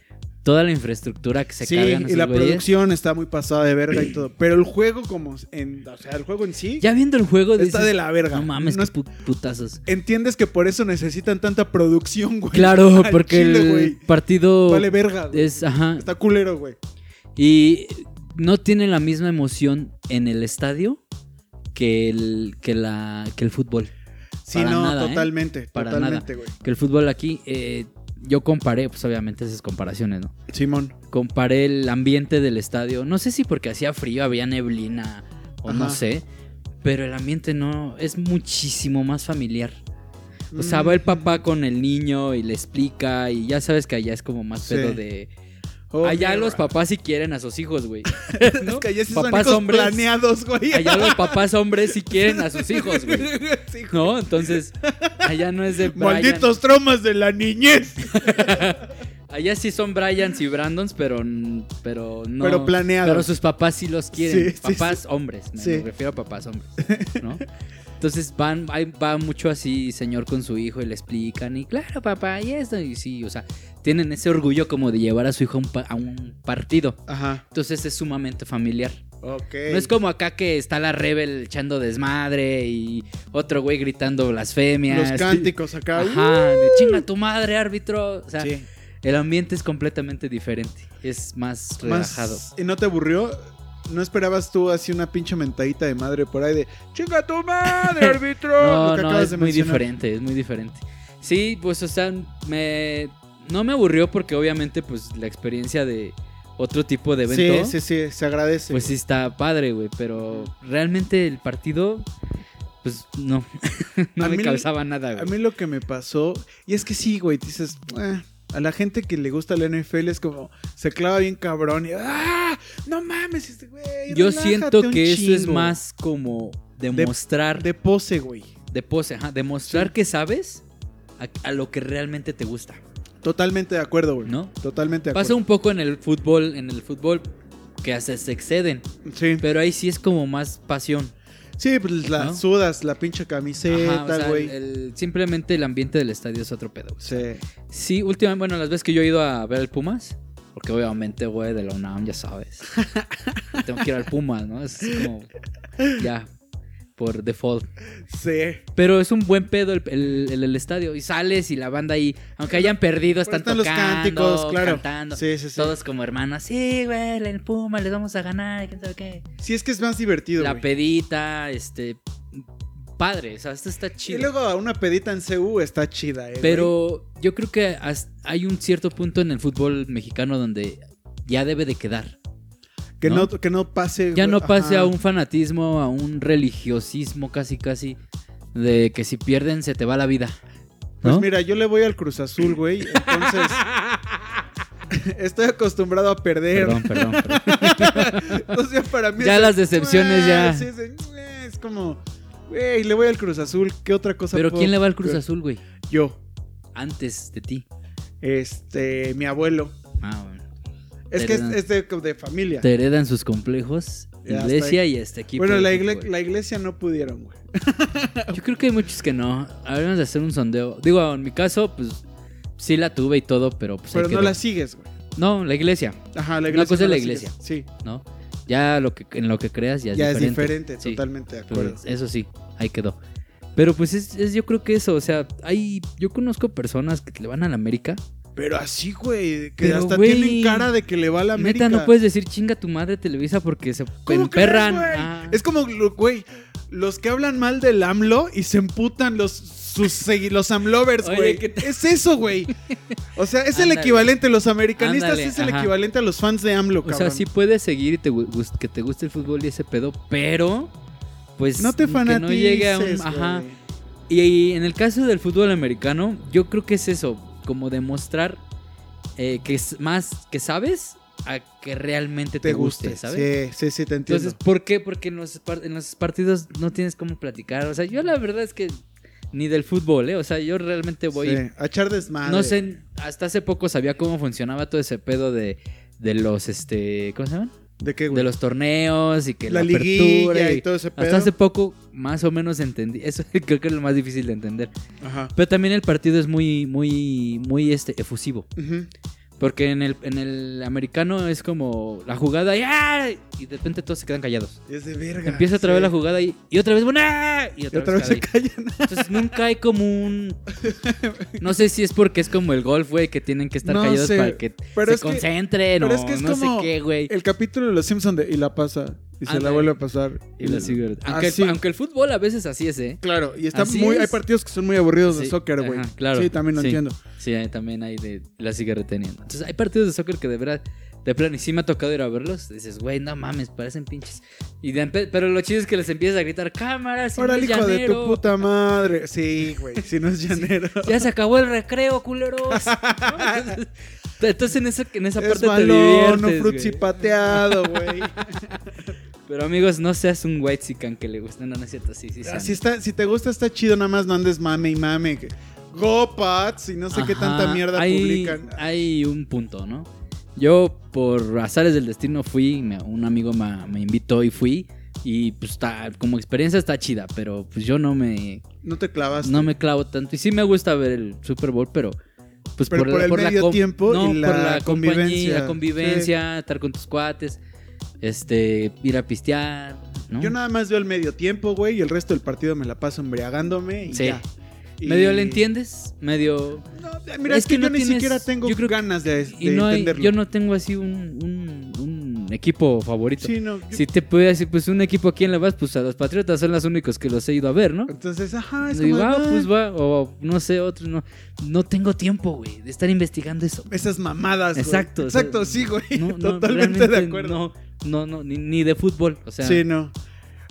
[SPEAKER 1] Toda la infraestructura que se
[SPEAKER 2] Sí,
[SPEAKER 1] cargan
[SPEAKER 2] y
[SPEAKER 1] esos
[SPEAKER 2] la
[SPEAKER 1] güeyes".
[SPEAKER 2] producción está muy pasada de verga y todo. Pero el juego, como. En, o sea, el juego en sí.
[SPEAKER 1] Ya viendo el juego, dices,
[SPEAKER 2] Está de la verga.
[SPEAKER 1] no mames,
[SPEAKER 2] No
[SPEAKER 1] qué pu- putazos.
[SPEAKER 2] Entiendes que por eso necesitan tanta producción, güey.
[SPEAKER 1] Claro,
[SPEAKER 2] Pues, Al
[SPEAKER 1] porque
[SPEAKER 2] chile,
[SPEAKER 1] el
[SPEAKER 2] güey.
[SPEAKER 1] partido
[SPEAKER 2] Vale verga, güey.
[SPEAKER 1] es, ajá,
[SPEAKER 2] Está culero, güey.
[SPEAKER 1] Y no tiene la misma emoción en el estadio que el, que la, que el fútbol.
[SPEAKER 2] Sí,
[SPEAKER 1] Para
[SPEAKER 2] no,
[SPEAKER 1] nada, ¿eh?
[SPEAKER 2] totalmente.
[SPEAKER 1] Para
[SPEAKER 2] totalmente, güey.
[SPEAKER 1] Que el fútbol aquí, eh, yo comparé, pues obviamente esas comparaciones, ¿no?
[SPEAKER 2] Simón.
[SPEAKER 1] Comparé el ambiente del estadio. No sé si porque hacía frío, había neblina o no
[SPEAKER 2] Ajá.
[SPEAKER 1] sé. Pero el ambiente no, es muchísimo más familiar. O sea,
[SPEAKER 2] Mm.
[SPEAKER 1] va el papá con el niño y le explica y ya sabes que allá es como más
[SPEAKER 2] Sí.
[SPEAKER 1] pedo de...
[SPEAKER 2] Oh,
[SPEAKER 1] allá
[SPEAKER 2] mira.
[SPEAKER 1] los papás si quieren a sus hijos, güey. ¿No?
[SPEAKER 2] Es que allá sí son
[SPEAKER 1] Papás
[SPEAKER 2] hijos
[SPEAKER 1] hombres.
[SPEAKER 2] planeados, güey.
[SPEAKER 1] Allá los papás hombres si quieren a sus hijos, güey.
[SPEAKER 2] Sí, güey.
[SPEAKER 1] ¿No? Entonces, allá no es de Brian.
[SPEAKER 2] Malditos traumas de la niñez.
[SPEAKER 1] Allá sí son Bryans y Brandons, pero, pero no.
[SPEAKER 2] Pero planeados.
[SPEAKER 1] Pero sus papás sí los quieren.
[SPEAKER 2] Sí, sí,
[SPEAKER 1] papás hombres, me,
[SPEAKER 2] Sí.
[SPEAKER 1] me refiero a papás hombres, ¿no? Entonces van, ahí va mucho así, señor con su hijo, y le explican, y claro, papá, y esto, y sí, o sea, tienen ese orgullo como de llevar a su hijo a un, pa- a un partido.
[SPEAKER 2] Ajá.
[SPEAKER 1] Entonces es sumamente familiar.
[SPEAKER 2] Ok.
[SPEAKER 1] No es como acá que está la Rebel echando desmadre y otro güey gritando blasfemias.
[SPEAKER 2] Los cánticos acá. Uh,
[SPEAKER 1] Ajá, de chinga tu madre, árbitro. O sea,
[SPEAKER 2] Sí.
[SPEAKER 1] el ambiente es completamente diferente. Es más
[SPEAKER 2] Más-
[SPEAKER 1] relajado.
[SPEAKER 2] ¿Y no te aburrió? ¿No esperabas tú así una pinche mentadita de madre por ahí de chinga tu madre, árbitro?
[SPEAKER 1] No,
[SPEAKER 2] Lo que
[SPEAKER 1] no,
[SPEAKER 2] acabas
[SPEAKER 1] es
[SPEAKER 2] de
[SPEAKER 1] muy
[SPEAKER 2] mencionar.
[SPEAKER 1] diferente, es muy diferente. Sí, pues, o sea, me... No me aburrió porque obviamente, pues, la experiencia de otro tipo de
[SPEAKER 2] Sí,
[SPEAKER 1] evento,
[SPEAKER 2] sí, sí, se agradece.
[SPEAKER 1] pues sí está padre, güey. Pero realmente el partido, pues no. no
[SPEAKER 2] A
[SPEAKER 1] me
[SPEAKER 2] mí-
[SPEAKER 1] causaba nada,
[SPEAKER 2] A
[SPEAKER 1] güey.
[SPEAKER 2] mí lo que me pasó, y es que sí, güey, dices, "Eh", a la gente que le gusta la NFL es como, se clava bien cabrón y, ¡ah! No mames, este güey.
[SPEAKER 1] Yo
[SPEAKER 2] relájate
[SPEAKER 1] siento
[SPEAKER 2] un
[SPEAKER 1] que eso es
[SPEAKER 2] chingo".
[SPEAKER 1] más como demostrar
[SPEAKER 2] de pose, güey.
[SPEAKER 1] de pose, ajá, demostrar que sabes a, a lo que realmente te gusta,
[SPEAKER 2] Totalmente de acuerdo, güey.
[SPEAKER 1] ¿no?
[SPEAKER 2] Totalmente de
[SPEAKER 1] Pasa
[SPEAKER 2] acuerdo.
[SPEAKER 1] un poco en el fútbol, en el fútbol que hasta se exceden,
[SPEAKER 2] Sí.
[SPEAKER 1] pero ahí sí es como más pasión.
[SPEAKER 2] Sí, pues las
[SPEAKER 1] ¿No?
[SPEAKER 2] sudas, la pinche
[SPEAKER 1] Ajá, o
[SPEAKER 2] camiseta,
[SPEAKER 1] sea,
[SPEAKER 2] güey.
[SPEAKER 1] el- simplemente el ambiente del estadio es otro pedo. güey.
[SPEAKER 2] Sí.
[SPEAKER 1] Sí, últimamente, bueno, las veces que yo he ido a ver el Pumas, porque obviamente, güey, de la UNAM, ya sabes. tengo que ir al Pumas, ¿no? Es como ya por default.
[SPEAKER 2] Sí.
[SPEAKER 1] Pero es un buen pedo el, el- el- el estadio. Y sales y la banda ahí, aunque hayan perdido,
[SPEAKER 2] Pero
[SPEAKER 1] están,
[SPEAKER 2] están los
[SPEAKER 1] tocando,
[SPEAKER 2] cánticos, claro.
[SPEAKER 1] cantando.
[SPEAKER 2] Sí, sí, sí.
[SPEAKER 1] Todos como hermanos, sí, güey, el Puma, les vamos a ganar, y quién sabe qué.
[SPEAKER 2] Sí, es que es más divertido,
[SPEAKER 1] La
[SPEAKER 2] güey.
[SPEAKER 1] pedita, este, padre, o sea, esto está
[SPEAKER 2] Y
[SPEAKER 1] chido.
[SPEAKER 2] luego una pedita en CU está chida, eh. güey.
[SPEAKER 1] Pero yo creo que has- hay un cierto punto en el fútbol mexicano donde ya debe de quedar.
[SPEAKER 2] Que no,
[SPEAKER 1] ¿no?
[SPEAKER 2] que no pase.
[SPEAKER 1] Ya no pase
[SPEAKER 2] ajá.
[SPEAKER 1] a un fanatismo, a un religiosismo casi casi, de que si pierden se te va la vida.
[SPEAKER 2] Pues
[SPEAKER 1] ¿no?
[SPEAKER 2] mira, yo le voy al Cruz Azul, güey. Entonces. estoy acostumbrado a perder.
[SPEAKER 1] Perdón, perdón, perdón.
[SPEAKER 2] Entonces ya para mí.
[SPEAKER 1] Ya
[SPEAKER 2] es-
[SPEAKER 1] las decepciones ya.
[SPEAKER 2] Sí, sí, es como. Güey, le voy al Cruz Azul. ¿Qué otra cosa
[SPEAKER 1] Pero
[SPEAKER 2] puedo-
[SPEAKER 1] ¿quién le va al Cruz Azul, güey?
[SPEAKER 2] Yo.
[SPEAKER 1] Antes de ti.
[SPEAKER 2] Este, mi abuelo.
[SPEAKER 1] Ah, bueno.
[SPEAKER 2] Es
[SPEAKER 1] Te
[SPEAKER 2] que es,
[SPEAKER 1] heredan-
[SPEAKER 2] es de, de familia.
[SPEAKER 1] Te heredan sus complejos,
[SPEAKER 2] Ya, hasta
[SPEAKER 1] iglesia y este equipo.
[SPEAKER 2] Bueno,
[SPEAKER 1] de
[SPEAKER 2] la, igle-
[SPEAKER 1] fútbol.
[SPEAKER 2] la iglesia no pudieron, güey.
[SPEAKER 1] Yo creo que hay muchos que no. Habríamos de hacer un sondeo. Digo, en mi caso, pues sí la tuve y todo, pero pues ahí
[SPEAKER 2] Pero no
[SPEAKER 1] quedó.
[SPEAKER 2] la sigues, güey.
[SPEAKER 1] No, la iglesia,
[SPEAKER 2] Ajá, la iglesia.
[SPEAKER 1] Una cosa es
[SPEAKER 2] no
[SPEAKER 1] la
[SPEAKER 2] sigues.
[SPEAKER 1] iglesia.
[SPEAKER 2] Sí,
[SPEAKER 1] ¿no. Ya lo que en lo que creas ya es
[SPEAKER 2] ya es
[SPEAKER 1] diferente.
[SPEAKER 2] diferente,
[SPEAKER 1] Sí, Pues
[SPEAKER 2] totalmente de
[SPEAKER 1] pero
[SPEAKER 2] acuerdo.
[SPEAKER 1] eso sí, ahí quedó. Pero pues es, es- yo creo que eso, o sea, hay yo conozco personas que le van a la América.
[SPEAKER 2] Pero así, güey, que
[SPEAKER 1] Pero,
[SPEAKER 2] hasta
[SPEAKER 1] güey,
[SPEAKER 2] tienen cara de que le va a la América.
[SPEAKER 1] Neta no puedes decir chinga tu madre Televisa porque se
[SPEAKER 2] ¿Cómo crees,
[SPEAKER 1] emperran.
[SPEAKER 2] güey?
[SPEAKER 1] Ah.
[SPEAKER 2] Es como, lo- güey, los que hablan mal del AMLO y se emputan los sus segui- los AMLovers,
[SPEAKER 1] Oye,
[SPEAKER 2] güey.
[SPEAKER 1] ¿qué tal?
[SPEAKER 2] Es eso, güey. O sea, es el
[SPEAKER 1] Ándale.
[SPEAKER 2] equivalente, los americanistas
[SPEAKER 1] Ándale,
[SPEAKER 2] es el
[SPEAKER 1] ajá.
[SPEAKER 2] equivalente a los fans de AMLO,
[SPEAKER 1] O
[SPEAKER 2] cabrón.
[SPEAKER 1] sea, sí puedes seguir y te gu- gust- que te guste el fútbol y ese pedo, pero pues
[SPEAKER 2] No te
[SPEAKER 1] que
[SPEAKER 2] fanatices,
[SPEAKER 1] no llegue a un,
[SPEAKER 2] güey.
[SPEAKER 1] ajá. Y, y en el caso del fútbol americano, yo creo que es eso, como demostrar eh, que es más que sabes a que realmente te,
[SPEAKER 2] Te
[SPEAKER 1] guste,
[SPEAKER 2] guste,
[SPEAKER 1] ¿sabes?
[SPEAKER 2] Sí, sí, sí, te entiendo.
[SPEAKER 1] Entonces, ¿por qué? Porque en los, par- en los partidos no tienes cómo platicar. O sea, yo la verdad es que ni del fútbol, ¿eh? O sea, yo realmente voy
[SPEAKER 2] Sí, a echar desmadre.
[SPEAKER 1] no sé, hasta hace poco sabía cómo funcionaba todo ese pedo de, de los, este, ¿cómo se llaman?
[SPEAKER 2] ¿De qué, güey?
[SPEAKER 1] De los torneos y que la,
[SPEAKER 2] la
[SPEAKER 1] apertura.
[SPEAKER 2] liguilla y,
[SPEAKER 1] y-
[SPEAKER 2] todo ese pedo.
[SPEAKER 1] hasta hace poco más o menos entendí. Eso creo que es lo más difícil de entender.
[SPEAKER 2] Ajá.
[SPEAKER 1] Pero también el partido es muy, muy, muy este, efusivo.
[SPEAKER 2] Ujú.
[SPEAKER 1] Porque en el, en el americano es como la jugada y, ¡ah! y de repente todos se quedan callados.
[SPEAKER 2] Es de verga.
[SPEAKER 1] Empieza otra vez
[SPEAKER 2] Ah,
[SPEAKER 1] la
[SPEAKER 2] sí.
[SPEAKER 1] jugada y, y otra vez, bueno, ¡ah! y
[SPEAKER 2] Y
[SPEAKER 1] otra,
[SPEAKER 2] otra vez
[SPEAKER 1] vez,
[SPEAKER 2] se
[SPEAKER 1] cada-
[SPEAKER 2] callan.
[SPEAKER 1] Entonces nunca hay como un... No sé si es porque es como el golf, güey, que tienen que estar
[SPEAKER 2] No
[SPEAKER 1] callados
[SPEAKER 2] sé,
[SPEAKER 1] para que
[SPEAKER 2] pero
[SPEAKER 1] se
[SPEAKER 2] es que-
[SPEAKER 1] concentren
[SPEAKER 2] pero
[SPEAKER 1] o
[SPEAKER 2] es que es
[SPEAKER 1] no
[SPEAKER 2] como
[SPEAKER 1] sé qué, güey.
[SPEAKER 2] El capítulo de los Simpsons de, y la pasa. Y se la
[SPEAKER 1] Ándale.
[SPEAKER 2] vuelve a pasar.
[SPEAKER 1] Y la sigue- Mm. Aunque,
[SPEAKER 2] Así.
[SPEAKER 1] el, aunque el fútbol a veces así es, ¿eh?
[SPEAKER 2] Claro, y está
[SPEAKER 1] Así
[SPEAKER 2] muy,
[SPEAKER 1] es.
[SPEAKER 2] hay partidos que son muy aburridos de
[SPEAKER 1] Sí,
[SPEAKER 2] soccer, güey.
[SPEAKER 1] ajá, claro,
[SPEAKER 2] Sí, también lo
[SPEAKER 1] sí.
[SPEAKER 2] entiendo.
[SPEAKER 1] Sí, ahí también hay de... La sigue reteniendo. Entonces hay partidos de soccer que de verdad... De plan, y sí me ha tocado ir a verlos. Dices, güey, no mames, parecen pinches. Y de empe- pero lo chido es que les empiezas a gritar, cámaras,
[SPEAKER 2] Ahora el hijo de tu puta madre. Sí, güey, si no es llanero.
[SPEAKER 1] Ya se acabó el recreo, culeros. ¿No? Entonces en esa, en esa
[SPEAKER 2] Es
[SPEAKER 1] parte te
[SPEAKER 2] balón, no
[SPEAKER 1] diviertes,
[SPEAKER 2] frutzi
[SPEAKER 1] güey.
[SPEAKER 2] pateado, güey.
[SPEAKER 1] Pero amigos, no seas un white sican que le gusta. No, no es cierto, sí, sí. sean.
[SPEAKER 2] Así está, si te gusta está chido, nada más no andes mame y mame. que- Go Pats y no sé qué
[SPEAKER 1] Ajá,
[SPEAKER 2] tanta mierda
[SPEAKER 1] hay,
[SPEAKER 2] publican.
[SPEAKER 1] Hay un punto, ¿no? Yo, por azares del destino, fui. me- un amigo ma- me, invitó y fui. Y pues está, como experiencia está chida, pero pues yo no me,
[SPEAKER 2] No te clavas.
[SPEAKER 1] no me clavo tanto. Y sí me gusta ver el Super Bowl, pero pues
[SPEAKER 2] Pero por el medio
[SPEAKER 1] com-
[SPEAKER 2] tiempo
[SPEAKER 1] no,
[SPEAKER 2] y la
[SPEAKER 1] por la compañía,
[SPEAKER 2] convivencia.
[SPEAKER 1] la convivencia, estar con tus cuates, este, ir a pistear, ¿no?
[SPEAKER 2] Yo nada más veo el medio tiempo, güey, y el resto del partido me la paso embriagándome y
[SPEAKER 1] Sí.
[SPEAKER 2] ya. Y-
[SPEAKER 1] Medio le entiendes, medio
[SPEAKER 2] No, mira,
[SPEAKER 1] Es
[SPEAKER 2] es, que,
[SPEAKER 1] que
[SPEAKER 2] yo
[SPEAKER 1] no
[SPEAKER 2] ni
[SPEAKER 1] tienes-
[SPEAKER 2] siquiera tengo
[SPEAKER 1] yo creo que-
[SPEAKER 2] ganas de, de
[SPEAKER 1] Y no hay-
[SPEAKER 2] entenderlo.
[SPEAKER 1] yo no tengo así un, un- un equipo favorito.
[SPEAKER 2] Sí, no.
[SPEAKER 1] Si te pudiera decir, pues un equipo a quién le vas, pues a los Patriotas son los únicos que los he ido a ver, ¿no?
[SPEAKER 2] Entonces, ajá, es
[SPEAKER 1] Y digo,
[SPEAKER 2] como,
[SPEAKER 1] ah,
[SPEAKER 2] "Ay,
[SPEAKER 1] pues va, o no sé, otro, no. No tengo tiempo, güey, de estar investigando eso.
[SPEAKER 2] Esas mamadas. güey".
[SPEAKER 1] Exacto, o sea,
[SPEAKER 2] Exacto, sí, güey.
[SPEAKER 1] No, no,
[SPEAKER 2] Totalmente de
[SPEAKER 1] realmente
[SPEAKER 2] acuerdo.
[SPEAKER 1] No, no, no, ni, ni de fútbol, o sea.
[SPEAKER 2] Sí, no.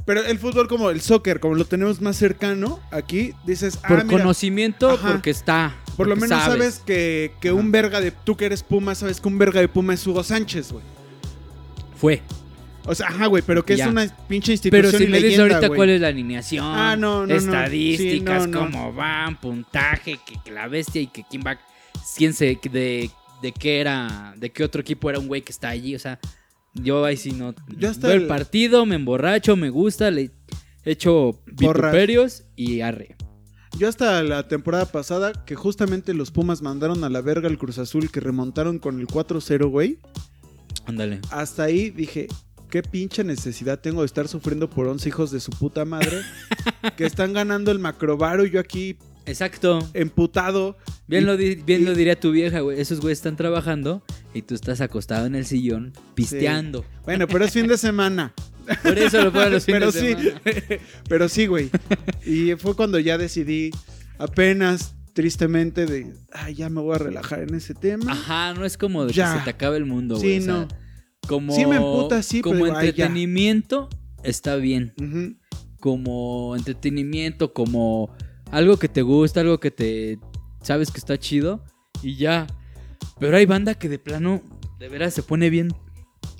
[SPEAKER 2] Pero el fútbol como el soccer, como lo tenemos más cercano, aquí dices, ah,
[SPEAKER 1] Por
[SPEAKER 2] mira,
[SPEAKER 1] conocimiento,
[SPEAKER 2] Ajá.
[SPEAKER 1] porque está.
[SPEAKER 2] por lo
[SPEAKER 1] porque
[SPEAKER 2] menos sabes, que, que un
[SPEAKER 1] Ajá.
[SPEAKER 2] verga de, tú que eres Puma, sabes que un verga de Puma es Hugo Sánchez, güey.
[SPEAKER 1] Fue.
[SPEAKER 2] O sea, ajá, güey, pero que es
[SPEAKER 1] Ya.
[SPEAKER 2] una pinche institución
[SPEAKER 1] Pero si
[SPEAKER 2] y
[SPEAKER 1] me dices
[SPEAKER 2] leyenda,
[SPEAKER 1] ahorita
[SPEAKER 2] güey.
[SPEAKER 1] cuál es la alineación,
[SPEAKER 2] Ah, no, no, no.
[SPEAKER 1] estadísticas,
[SPEAKER 2] Sí, no, no.
[SPEAKER 1] cómo van, puntaje, que, que la bestia y que quién va, quién se, de, de qué era, de qué otro equipo era un güey que está allí, o sea, yo ahí sí no.
[SPEAKER 2] Yo hasta
[SPEAKER 1] veo el...
[SPEAKER 2] el-
[SPEAKER 1] partido, me emborracho, me gusta, le echo
[SPEAKER 2] Porras.
[SPEAKER 1] vituperios y arre.
[SPEAKER 2] Yo hasta la temporada pasada, que justamente los Pumas mandaron a la verga al Cruz Azul, que remontaron con el 4-0, güey.
[SPEAKER 1] Ándale.
[SPEAKER 2] Hasta ahí dije, qué pinche necesidad tengo de estar sufriendo por 11 hijos de su puta madre, que están ganando el macrobaro y yo aquí
[SPEAKER 1] Exacto.
[SPEAKER 2] emputado.
[SPEAKER 1] Bien,
[SPEAKER 2] Eh, Y-
[SPEAKER 1] lo, di- bien
[SPEAKER 2] y-
[SPEAKER 1] lo diría tu vieja, güey. Esos güeyes están trabajando y tú estás acostado en el sillón pisteando.
[SPEAKER 2] Bueno, pero es fin de semana.
[SPEAKER 1] Por eso lo ponen los fines
[SPEAKER 2] pero
[SPEAKER 1] de
[SPEAKER 2] sí,
[SPEAKER 1] semana.
[SPEAKER 2] pero sí, güey. Y fue cuando ya decidí, apenas, tristemente, de, ay, ya me voy a relajar en ese tema.
[SPEAKER 1] Ajá, no es como de
[SPEAKER 2] Ya.
[SPEAKER 1] que se te acabe el mundo,
[SPEAKER 2] sí,
[SPEAKER 1] güey. o sea,
[SPEAKER 2] no.
[SPEAKER 1] Como,
[SPEAKER 2] Sí me emputa, sí,
[SPEAKER 1] como
[SPEAKER 2] pero digo, "Ay, ya".
[SPEAKER 1] entretenimiento está bien.
[SPEAKER 2] Ujú.
[SPEAKER 1] Como entretenimiento, como algo que te gusta, algo que te sabes que está chido y ya. Pero hay banda que de plano, de veras, se pone bien,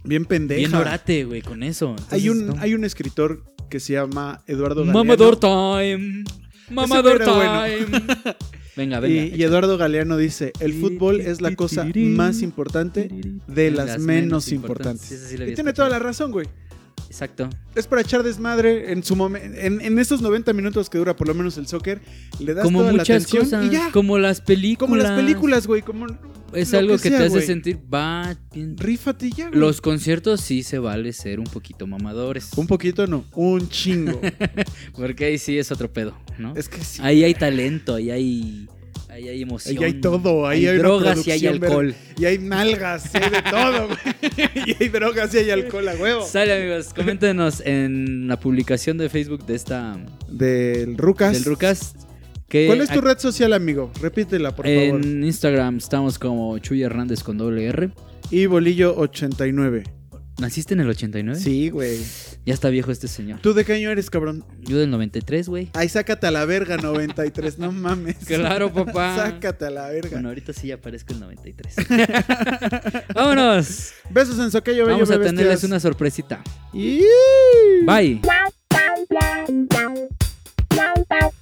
[SPEAKER 2] Bien pendeja.
[SPEAKER 1] bien orate, güey, con eso. Entonces,
[SPEAKER 2] hay, un,
[SPEAKER 1] no.
[SPEAKER 2] hay un escritor que se llama Eduardo Galeano.
[SPEAKER 1] Mamador time. Mamador
[SPEAKER 2] Ese güey
[SPEAKER 1] time. venga,
[SPEAKER 2] Y,
[SPEAKER 1] venga.
[SPEAKER 2] y Eduardo Galeano dice, el fútbol es la cosa más importante este, de las, menos importantes.
[SPEAKER 1] Esa sí la
[SPEAKER 2] y
[SPEAKER 1] había
[SPEAKER 2] tiene toda la
[SPEAKER 1] escuchado.
[SPEAKER 2] razón, güey.
[SPEAKER 1] Exacto.
[SPEAKER 2] Es para echar desmadre en su momen- en, en esos 90 minutos que dura por lo menos el soccer, le das
[SPEAKER 1] Como
[SPEAKER 2] toda la
[SPEAKER 1] muchas
[SPEAKER 2] atención
[SPEAKER 1] cosas.
[SPEAKER 2] y ya.
[SPEAKER 1] Como las películas.
[SPEAKER 2] Como las películas, güey, como
[SPEAKER 1] Es
[SPEAKER 2] lo
[SPEAKER 1] algo que,
[SPEAKER 2] sea,
[SPEAKER 1] te hace
[SPEAKER 2] güey.
[SPEAKER 1] sentir, va, bien.
[SPEAKER 2] rífate y ya. güey.
[SPEAKER 1] Los conciertos sí se vale ser un poquito mamadores.
[SPEAKER 2] un poquito no, un chingo.
[SPEAKER 1] Porque ahí sí es otro pedo, ¿no?
[SPEAKER 2] es que sí.
[SPEAKER 1] Ahí hay talento, ahí hay, ahí hay emoción.
[SPEAKER 2] Ahí hay todo, ahí hay una
[SPEAKER 1] drogas y hay
[SPEAKER 2] producción, verga.
[SPEAKER 1] alcohol.
[SPEAKER 2] Y hay nalgas, y hay de todo, güey. Y hay drogas y hay alcohol a huevo.
[SPEAKER 1] Sale amigos, coméntenos en la publicación de Facebook de esta
[SPEAKER 2] Del Rucas.
[SPEAKER 1] del Rucas. Que
[SPEAKER 2] ¿Cuál es tu
[SPEAKER 1] ac-
[SPEAKER 2] red social, amigo? Repítela, por favor.
[SPEAKER 1] Eh, En Instagram estamos como Chuy Hernández con doble R.
[SPEAKER 2] Y Bolillo89.
[SPEAKER 1] ¿Eh? ¿Naciste en el 89?
[SPEAKER 2] Sí, güey.
[SPEAKER 1] Ya está viejo este señor.
[SPEAKER 2] ¿Tú de qué año eres, cabrón?
[SPEAKER 1] Yo del 93, güey.
[SPEAKER 2] Ay, sácate a la verga, 93. no mames.
[SPEAKER 1] Claro, papá.
[SPEAKER 2] Sácate a la verga.
[SPEAKER 1] Bueno, ahorita sí ya aparezco el 93. Vámonos.
[SPEAKER 2] Besos en Soquello, bello,
[SPEAKER 1] Vamos a
[SPEAKER 2] bebestias.
[SPEAKER 1] tenerles una sorpresita.
[SPEAKER 2] Y-
[SPEAKER 1] Bye.
[SPEAKER 4] Wow, wow, wow, wow, wow, wow.